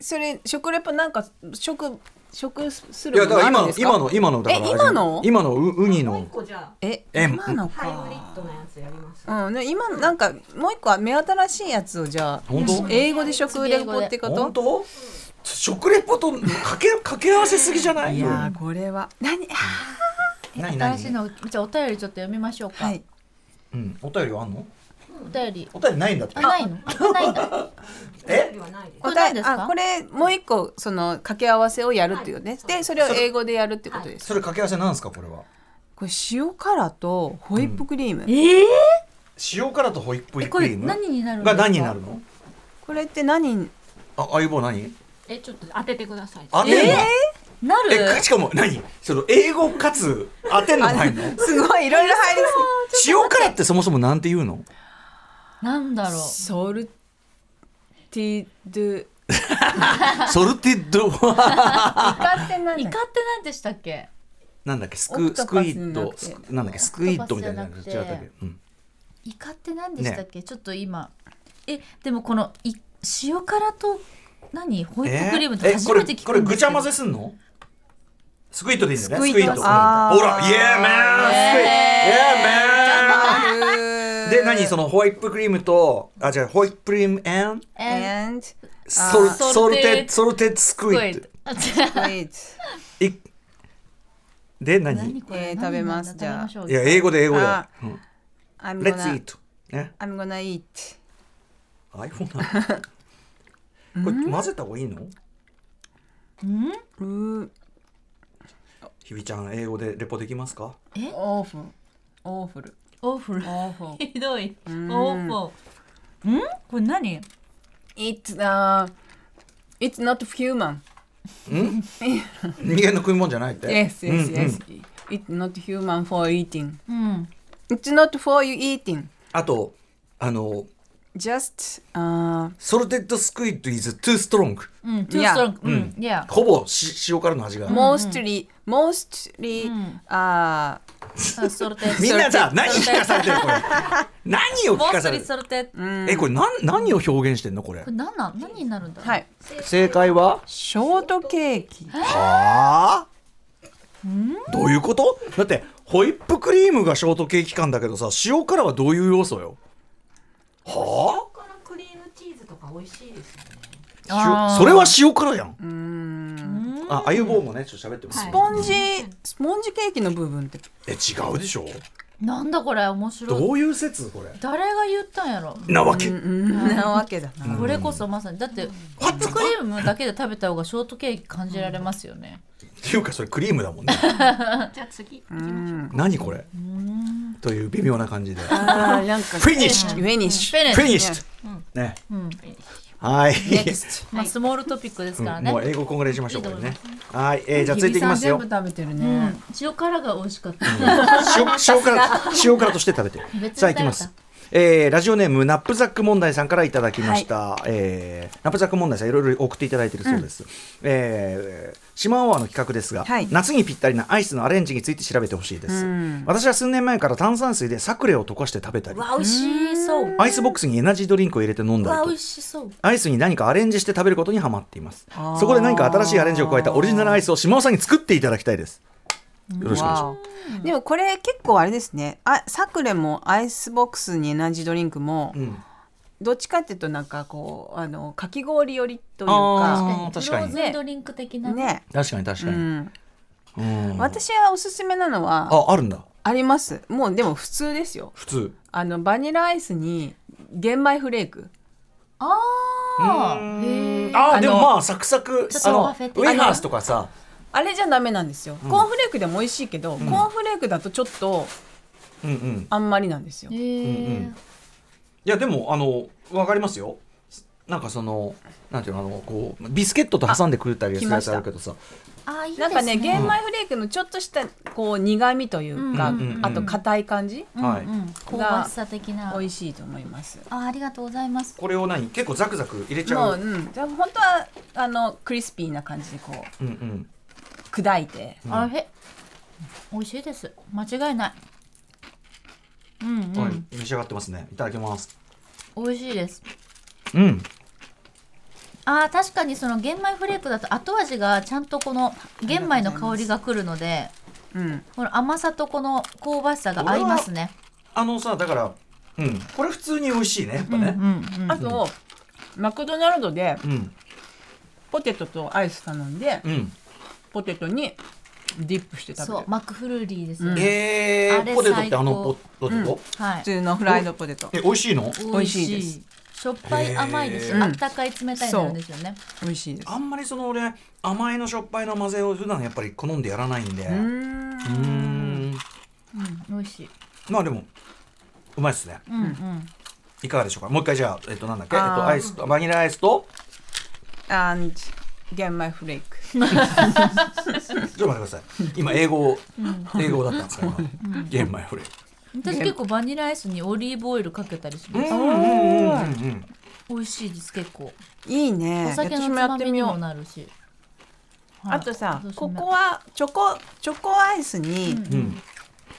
[SPEAKER 4] それ食レポなんか食食す
[SPEAKER 1] いや
[SPEAKER 4] る
[SPEAKER 1] だ
[SPEAKER 4] も
[SPEAKER 1] か
[SPEAKER 4] の
[SPEAKER 1] ら
[SPEAKER 4] あるん
[SPEAKER 1] 今
[SPEAKER 4] で
[SPEAKER 1] の今の
[SPEAKER 4] すか
[SPEAKER 1] 今のだから
[SPEAKER 4] え今の
[SPEAKER 1] 今のウウニの
[SPEAKER 5] こうじゃ
[SPEAKER 4] え
[SPEAKER 1] 円
[SPEAKER 4] 今の
[SPEAKER 5] あハイブリ
[SPEAKER 4] か
[SPEAKER 5] ッドのやつやります
[SPEAKER 4] うんね今のなんかもう一個は目新しいやつをじゃあ
[SPEAKER 1] 本当
[SPEAKER 4] 英語で食レポってこ
[SPEAKER 1] 本
[SPEAKER 4] と
[SPEAKER 1] 当食レポとかけ掛け合わせすぎじゃない
[SPEAKER 4] いやーこれは何あ
[SPEAKER 1] 何
[SPEAKER 2] 新しい
[SPEAKER 1] 何
[SPEAKER 2] のじゃあお便りちょっと読みましょうか、
[SPEAKER 4] はい
[SPEAKER 1] うん、お便りはあんの
[SPEAKER 2] お便り
[SPEAKER 1] お便りないんだって
[SPEAKER 2] あないのあないんだ
[SPEAKER 1] え
[SPEAKER 2] これ何ですか
[SPEAKER 4] あこれもう一個その掛け合わせをやるっていうねでそれを英語でやるってことです
[SPEAKER 1] それ掛け合わせなんですかこれは
[SPEAKER 4] これ塩辛とホイップクリーム、
[SPEAKER 1] 塩辛とホイップクリ
[SPEAKER 2] これ
[SPEAKER 1] ーム
[SPEAKER 2] 何になるんで
[SPEAKER 1] が
[SPEAKER 2] すか
[SPEAKER 1] 何になるの
[SPEAKER 4] これって何
[SPEAKER 1] あ、相棒何
[SPEAKER 5] えちょっと当ててください
[SPEAKER 1] 当てんの
[SPEAKER 2] なる
[SPEAKER 1] えかしかも何その英語かつ当てんの入んの
[SPEAKER 4] すごいいろいろ入り
[SPEAKER 1] 塩辛ってそもそもなんて言うの
[SPEAKER 2] なんだろう
[SPEAKER 4] すソルティドゥ
[SPEAKER 1] ソルティッドは
[SPEAKER 2] イカって何でしたっけ
[SPEAKER 1] なんだっけス
[SPEAKER 4] オ
[SPEAKER 1] ク
[SPEAKER 4] クト
[SPEAKER 1] スク
[SPEAKER 4] パス
[SPEAKER 1] イ
[SPEAKER 4] じ
[SPEAKER 1] ッ
[SPEAKER 4] ゃなく
[SPEAKER 1] ド
[SPEAKER 4] て
[SPEAKER 1] スクなんだっけスクイッドみたいな
[SPEAKER 2] オクトパス
[SPEAKER 1] 違
[SPEAKER 2] じゃな
[SPEAKER 1] っ
[SPEAKER 2] く
[SPEAKER 1] たっ
[SPEAKER 2] て
[SPEAKER 1] けうん
[SPEAKER 2] イカって何でしたっけ、ちょっと今えでもこのい塩辛と何ホイップクリームって
[SPEAKER 1] え
[SPEAKER 2] 初
[SPEAKER 1] こ
[SPEAKER 2] め
[SPEAKER 1] れ
[SPEAKER 2] て聞くんですけど、
[SPEAKER 1] これぐちゃ混ぜすんのスクイッドでいいんだよねスク
[SPEAKER 4] スク
[SPEAKER 1] イ
[SPEAKER 4] イ
[SPEAKER 1] ッ
[SPEAKER 4] ッ
[SPEAKER 1] ド
[SPEAKER 4] ド
[SPEAKER 1] ほ
[SPEAKER 4] あー
[SPEAKER 1] らイエーメンスクイッドイエーメンで何そのホイップクリームとあじゃあホイップクリーム and
[SPEAKER 2] And
[SPEAKER 4] and
[SPEAKER 1] ソルソ
[SPEAKER 2] ソ
[SPEAKER 1] ル
[SPEAKER 2] ル
[SPEAKER 1] テ
[SPEAKER 2] テ
[SPEAKER 1] ッソルテッスクイッ
[SPEAKER 2] squid
[SPEAKER 4] スイー
[SPEAKER 1] ドい
[SPEAKER 4] ツ
[SPEAKER 1] で何
[SPEAKER 2] 何これ
[SPEAKER 4] えー食べますじ
[SPEAKER 1] い
[SPEAKER 2] 食べ
[SPEAKER 4] ゃあ
[SPEAKER 2] ましょう
[SPEAKER 1] や英語で英語で
[SPEAKER 4] あ I'm
[SPEAKER 1] レッツイー
[SPEAKER 4] gonna
[SPEAKER 1] トね
[SPEAKER 4] I'm gonna eat
[SPEAKER 1] iPhone なのこれ混ぜた方がいいの
[SPEAKER 4] うー
[SPEAKER 1] ひびちゃん英語でレポできますか
[SPEAKER 4] オーフルオーフル
[SPEAKER 2] オーフル
[SPEAKER 4] オー フル
[SPEAKER 2] ひどいオーフルんこれ何
[SPEAKER 4] It's uh It's not human
[SPEAKER 1] 人間の食い物じゃないって
[SPEAKER 4] Yes
[SPEAKER 1] うんう
[SPEAKER 4] yes
[SPEAKER 1] ん
[SPEAKER 4] yes It's not human for eating
[SPEAKER 2] うん、
[SPEAKER 4] It's not for you eating
[SPEAKER 1] あとあの
[SPEAKER 4] Just uh
[SPEAKER 1] ソルテッドスクイッド is too strong
[SPEAKER 2] うん、トゥー
[SPEAKER 4] Yeah
[SPEAKER 2] ストロング、うん、いや、
[SPEAKER 1] ほぼし塩辛の味が
[SPEAKER 4] mostly mostly uh
[SPEAKER 2] ソルテッ ド
[SPEAKER 1] みんなさ何聞かされてるこれ何を
[SPEAKER 2] モ
[SPEAKER 1] 聞
[SPEAKER 2] ー
[SPEAKER 1] か
[SPEAKER 2] スト
[SPEAKER 1] さ
[SPEAKER 2] リ
[SPEAKER 1] れ
[SPEAKER 2] ー
[SPEAKER 1] て
[SPEAKER 2] ソ
[SPEAKER 1] る
[SPEAKER 2] ルテッドこ
[SPEAKER 1] えこれ何何を表現してんのこれ
[SPEAKER 2] れ何なん何になるんだろう
[SPEAKER 4] はい
[SPEAKER 1] 正解は
[SPEAKER 4] ショートケーキ
[SPEAKER 1] はあどういうことだってホイップクリームがショートケーキ感だけどさ塩辛はどういう要素よは
[SPEAKER 5] このクリームチーズとか美味しいですよね
[SPEAKER 1] あ塩それは塩辛やんああゆぼうもねちょっと喋ってます、
[SPEAKER 4] スポンジスポンジケーキの部分って
[SPEAKER 1] え違うでしょ
[SPEAKER 2] なんだこれ面白い
[SPEAKER 1] どういう説これ
[SPEAKER 2] 誰が言ったんやろ
[SPEAKER 1] なわけ、
[SPEAKER 4] なわけだな
[SPEAKER 2] これこそまさにだってホイップクリームだけで食べた方がショートケーキ感じられますよね、
[SPEAKER 1] っていうかそれクリームだもんね
[SPEAKER 5] じゃあ次行きましょう
[SPEAKER 1] 何これという微妙な感じでフ
[SPEAKER 4] あーなんかフ
[SPEAKER 1] ィニッシュ
[SPEAKER 4] ィニッシュ
[SPEAKER 2] フェレン
[SPEAKER 1] フィニッシュね、はい
[SPEAKER 2] まあ、スモールトピックですからね、
[SPEAKER 1] もう英語こんぐらいにしましょうこれねはい、えー、じゃあついていきますよ
[SPEAKER 4] 全部食べてる
[SPEAKER 2] う
[SPEAKER 4] ね
[SPEAKER 2] ん、塩辛が美味しかった、
[SPEAKER 1] 塩塩辛塩辛として食べてる
[SPEAKER 2] 別に
[SPEAKER 1] さあいきますえー、ラジオネームナップザック問題さんからいただきました、えーナップザック問題さんいろいろ送っていただいてるそうです、えーシマオワの企画ですが、
[SPEAKER 4] はい
[SPEAKER 1] 夏にぴったりなアイスのアレンジについて調べてほしいです、私は数年前から炭酸水でサクレを溶かして食べたり
[SPEAKER 2] あ美味しそう
[SPEAKER 1] アイスボックスにエナジードリンクを入れて飲んだり
[SPEAKER 2] わ
[SPEAKER 1] と
[SPEAKER 2] 美味しそう
[SPEAKER 1] アイスに何かアレンジして食べることにハマっていますそこで何か新しいアレンジを加えたオリジナルアイスを島尾さんに作っていただきたいですよろしくお願いしま
[SPEAKER 4] わおでもこれ結構あれですねあサクレもアイスボックスにエナジードリンクも、
[SPEAKER 1] ん
[SPEAKER 4] どっちかっていうとなんかこうあのかき氷寄りという
[SPEAKER 1] あー
[SPEAKER 4] か
[SPEAKER 1] 確かに
[SPEAKER 2] フローズンドリンク的なね
[SPEAKER 4] ね、
[SPEAKER 1] す確かに確か
[SPEAKER 4] う
[SPEAKER 1] に、
[SPEAKER 4] ん、
[SPEAKER 1] うん
[SPEAKER 4] 私はおすすめなのは
[SPEAKER 1] ああるんだ
[SPEAKER 4] ありますもうでも普通ですよ
[SPEAKER 1] 普通
[SPEAKER 4] あのバニラアイスに玄米フレーク
[SPEAKER 2] ああへえ
[SPEAKER 1] あー
[SPEAKER 4] あ
[SPEAKER 1] でも
[SPEAKER 4] の
[SPEAKER 1] まあサクサク
[SPEAKER 2] ちょっと
[SPEAKER 1] あのウ
[SPEAKER 2] パフェ的な
[SPEAKER 1] ェハースとかさ
[SPEAKER 4] あれじゃダメなんですよ、コーンフレークでも美味しいけど、コーンフレークだとちょっと
[SPEAKER 1] うんうん
[SPEAKER 4] あんまりなんですよ、
[SPEAKER 1] いやでもあのわかりますよなんかそのなんていうのあのこうビスケットと挟んで食ったりするやつあるけどさ
[SPEAKER 2] あーいいです
[SPEAKER 4] な
[SPEAKER 2] ね
[SPEAKER 4] んかね玄米フレークのちょっとしたこう苦味というか、
[SPEAKER 1] うんうんうん
[SPEAKER 4] あと硬い感じ、
[SPEAKER 1] はい、
[SPEAKER 2] うん、香ばしさ的な
[SPEAKER 4] 美味しいと思います。
[SPEAKER 2] あーありがとうございます
[SPEAKER 1] これを何結構ザクザク入れちゃ
[SPEAKER 4] もう、
[SPEAKER 1] う
[SPEAKER 4] うん、じゃあ本当はあのクリスピーな感じでこ
[SPEAKER 1] うんうん
[SPEAKER 4] う砕いて、
[SPEAKER 2] あれ美味しいです間違いない
[SPEAKER 1] はい召し上がってますねいただきます
[SPEAKER 2] 美味しいです
[SPEAKER 1] うん
[SPEAKER 2] あー確かにその玄米フレークだと後味がちゃんとこの玄米の香りがくるので
[SPEAKER 4] うん、
[SPEAKER 2] この甘さとこの香ばしさが合いますね
[SPEAKER 1] あのさだからうんこれ普通に美味しいねやっぱね
[SPEAKER 2] うんうん
[SPEAKER 4] あと、マクドナルドで
[SPEAKER 1] うん
[SPEAKER 4] ポテトとアイス頼んで、
[SPEAKER 1] うん
[SPEAKER 4] ポテトにディップして食べ
[SPEAKER 2] そ
[SPEAKER 4] て
[SPEAKER 2] う
[SPEAKER 4] る
[SPEAKER 2] マクフルーリーですね、
[SPEAKER 1] え
[SPEAKER 2] あれ
[SPEAKER 1] ー、ポテトってあのポポ
[SPEAKER 2] 最高
[SPEAKER 1] テト、
[SPEAKER 2] はい
[SPEAKER 4] 普通のフライドポテト
[SPEAKER 1] え美味しいの
[SPEAKER 2] 美味しい
[SPEAKER 4] 美
[SPEAKER 2] で
[SPEAKER 4] 味しい
[SPEAKER 2] すしょっぱい甘いですし、
[SPEAKER 1] へー
[SPEAKER 2] あったかい冷たいになるんですよね
[SPEAKER 4] 美味しいです
[SPEAKER 1] あんまりその俺甘いのしょっぱいの混ぜを普段やっぱり好んでやらないんでう
[SPEAKER 4] う
[SPEAKER 1] ーん
[SPEAKER 4] ーん
[SPEAKER 2] 美味しい
[SPEAKER 1] まあでもうまいっすね
[SPEAKER 2] うんうん
[SPEAKER 1] いかがでしょうかもう一回じゃあえっとなんだっけえっ
[SPEAKER 4] あー
[SPEAKER 1] とアイスとバニラアイスと
[SPEAKER 4] and 玄米フレー ク
[SPEAKER 1] ちょっと待ってください今英語英語だったんですか今玄米フレーク
[SPEAKER 2] 私結構バニラアイスにオリーブオイルかけたりします、
[SPEAKER 1] うんうんうんうん
[SPEAKER 2] 美味しいです結構
[SPEAKER 4] いいね
[SPEAKER 2] お酒のつ
[SPEAKER 4] 私もや
[SPEAKER 2] ま
[SPEAKER 4] って
[SPEAKER 2] み
[SPEAKER 4] み
[SPEAKER 2] に
[SPEAKER 4] よ
[SPEAKER 2] も
[SPEAKER 4] う
[SPEAKER 2] なるし、はい
[SPEAKER 4] あとさ
[SPEAKER 2] 私
[SPEAKER 4] こ
[SPEAKER 2] も
[SPEAKER 4] こはチョコチョコアイスに
[SPEAKER 1] うんうん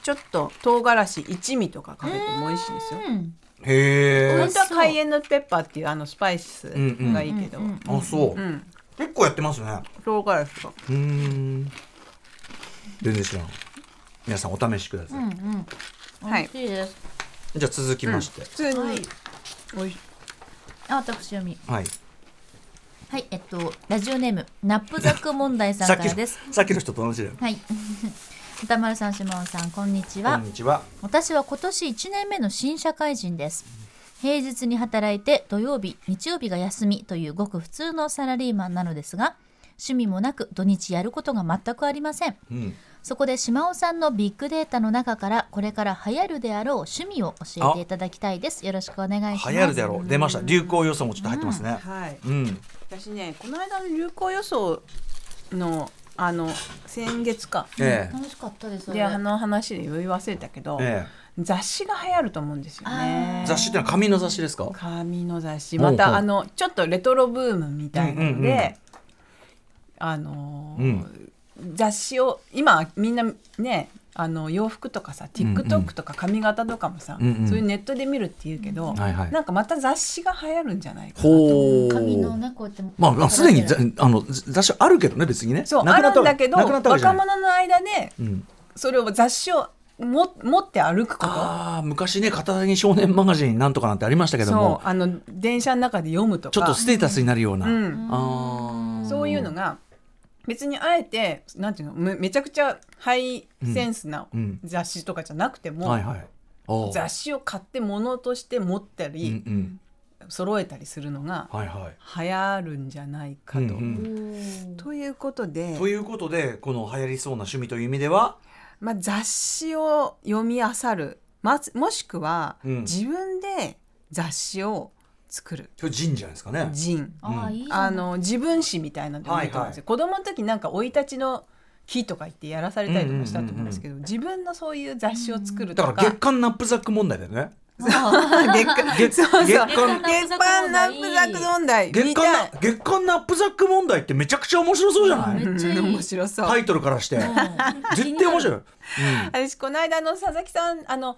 [SPEAKER 4] ちょっと唐辛子一味とかかけても美味しいですよ
[SPEAKER 2] うん
[SPEAKER 1] へ
[SPEAKER 2] 美
[SPEAKER 1] え
[SPEAKER 2] 味
[SPEAKER 4] 本
[SPEAKER 2] し
[SPEAKER 4] 当
[SPEAKER 2] そう
[SPEAKER 4] はカイエンヌペッパーっていうあのスパイスがいいけど、
[SPEAKER 2] うんうん
[SPEAKER 1] あそう
[SPEAKER 4] うん
[SPEAKER 1] 結構やってますね
[SPEAKER 4] 唐辛子と
[SPEAKER 1] うーん全然知らん皆さんお試しください、
[SPEAKER 2] うんうん美
[SPEAKER 4] はい
[SPEAKER 2] 味しいです、
[SPEAKER 1] じゃあ続きまして、
[SPEAKER 4] 普通に、
[SPEAKER 2] はい
[SPEAKER 4] おい
[SPEAKER 2] あ私読み
[SPEAKER 1] はい
[SPEAKER 2] はいえっとラジオネームナップザック問題さ
[SPEAKER 1] さ
[SPEAKER 2] ん
[SPEAKER 1] っ
[SPEAKER 2] か
[SPEAKER 1] き
[SPEAKER 2] ら
[SPEAKER 1] の
[SPEAKER 2] です
[SPEAKER 1] さっきの人と同じだよ
[SPEAKER 2] はい 歌丸さんしもんさんこんにち
[SPEAKER 1] こ
[SPEAKER 2] は
[SPEAKER 1] んにちは
[SPEAKER 2] 私は今年1年目の新社会人です平日に働いて土曜日日曜日が休みというごく普通のサラリーマンなのですが趣味もなく土日やることが全くありません
[SPEAKER 1] うん
[SPEAKER 2] そこで島尾さんのビッグデータの中からこれから流行るであろう趣味を教えていただきたいですよろしくお願いします
[SPEAKER 1] 流行るであろう出ました流行予想もちょっと入ってますね
[SPEAKER 4] はい
[SPEAKER 1] うん、
[SPEAKER 4] 私ねこの間の流行予想のあの先月か
[SPEAKER 1] ええ
[SPEAKER 2] 楽しかったです
[SPEAKER 4] であの話で言い忘れたけど、
[SPEAKER 1] え
[SPEAKER 4] 雑誌が流行ると思うんですよね
[SPEAKER 1] え、雑誌ってのは紙の雑誌ですか
[SPEAKER 4] 紙の雑誌
[SPEAKER 1] ほうほう
[SPEAKER 4] またあのちょっとレトロブームみた
[SPEAKER 1] う
[SPEAKER 4] いな
[SPEAKER 1] ん
[SPEAKER 4] の
[SPEAKER 1] うんうん
[SPEAKER 4] で、あのー
[SPEAKER 1] う
[SPEAKER 4] 雑誌を今みんなねあの洋服とかさ
[SPEAKER 1] んうん
[SPEAKER 4] TikTok とか髪型とかもさ、
[SPEAKER 1] うんうん
[SPEAKER 4] そういうネットで見るっていうけど、
[SPEAKER 1] はいはい
[SPEAKER 4] なんかまた雑誌が流行るんじゃないかな
[SPEAKER 1] ほう
[SPEAKER 2] 紙のねこうやって
[SPEAKER 1] まあまあすでにざあのざ雑誌あるけどね別にね
[SPEAKER 4] そう
[SPEAKER 1] な
[SPEAKER 4] あ
[SPEAKER 1] くな
[SPEAKER 4] る
[SPEAKER 1] った
[SPEAKER 4] んだけど
[SPEAKER 1] なくなったわけじゃ
[SPEAKER 4] 若
[SPEAKER 1] ない
[SPEAKER 4] 者の間で
[SPEAKER 1] うん、
[SPEAKER 4] それを雑誌をも持って歩くこと
[SPEAKER 1] ああ昔ね片手に少年マガジンなんとかなんてありましたけど
[SPEAKER 4] そ
[SPEAKER 1] も
[SPEAKER 4] うあの電車の中で読むとか
[SPEAKER 1] ちょっとステータスになるような、
[SPEAKER 4] うん
[SPEAKER 1] ああ
[SPEAKER 4] そういうのが別にあえてなんていうのめめちゃくちゃハイセンスな
[SPEAKER 1] うん
[SPEAKER 4] 雑誌とかじゃなくても、
[SPEAKER 1] はいはいああ
[SPEAKER 4] 雑誌を買って物として持った
[SPEAKER 1] う
[SPEAKER 4] り
[SPEAKER 1] んうん
[SPEAKER 4] 揃えたりするのが
[SPEAKER 1] はいはい
[SPEAKER 4] 流行るんじゃないか
[SPEAKER 1] うん
[SPEAKER 4] と。
[SPEAKER 1] うん
[SPEAKER 4] ということで
[SPEAKER 1] ということでこの流行りそうな趣味という意味では
[SPEAKER 4] まあ、雑誌を読み漁る、まず、もしくは
[SPEAKER 1] うん
[SPEAKER 4] 自分で雑誌を作る、
[SPEAKER 1] 今日神社ですかね
[SPEAKER 4] 人
[SPEAKER 2] ああいいじゃ
[SPEAKER 4] あ
[SPEAKER 2] ん
[SPEAKER 4] の自分誌みたいなのでもいいと思うんですよ、子供の時なんか生い立ちの日とか言ってやらされたりとかしたと思うんですけど、自分のそういう雑誌を作ると
[SPEAKER 1] だ
[SPEAKER 4] か
[SPEAKER 1] から月刊ナップザック問題だよね
[SPEAKER 4] 月刊月そう
[SPEAKER 1] 月
[SPEAKER 4] そう
[SPEAKER 1] 刊
[SPEAKER 4] 月刊ナップザック問題
[SPEAKER 1] 月
[SPEAKER 4] 見
[SPEAKER 1] 刊
[SPEAKER 4] たい
[SPEAKER 1] な月刊ナップザック問題ってめちゃくちゃ面白そうじゃない、
[SPEAKER 2] めっちゃいい、
[SPEAKER 4] うん面白そう、
[SPEAKER 1] タイトルからして 絶対面白い、うん、
[SPEAKER 4] 私この間の佐々木さんあの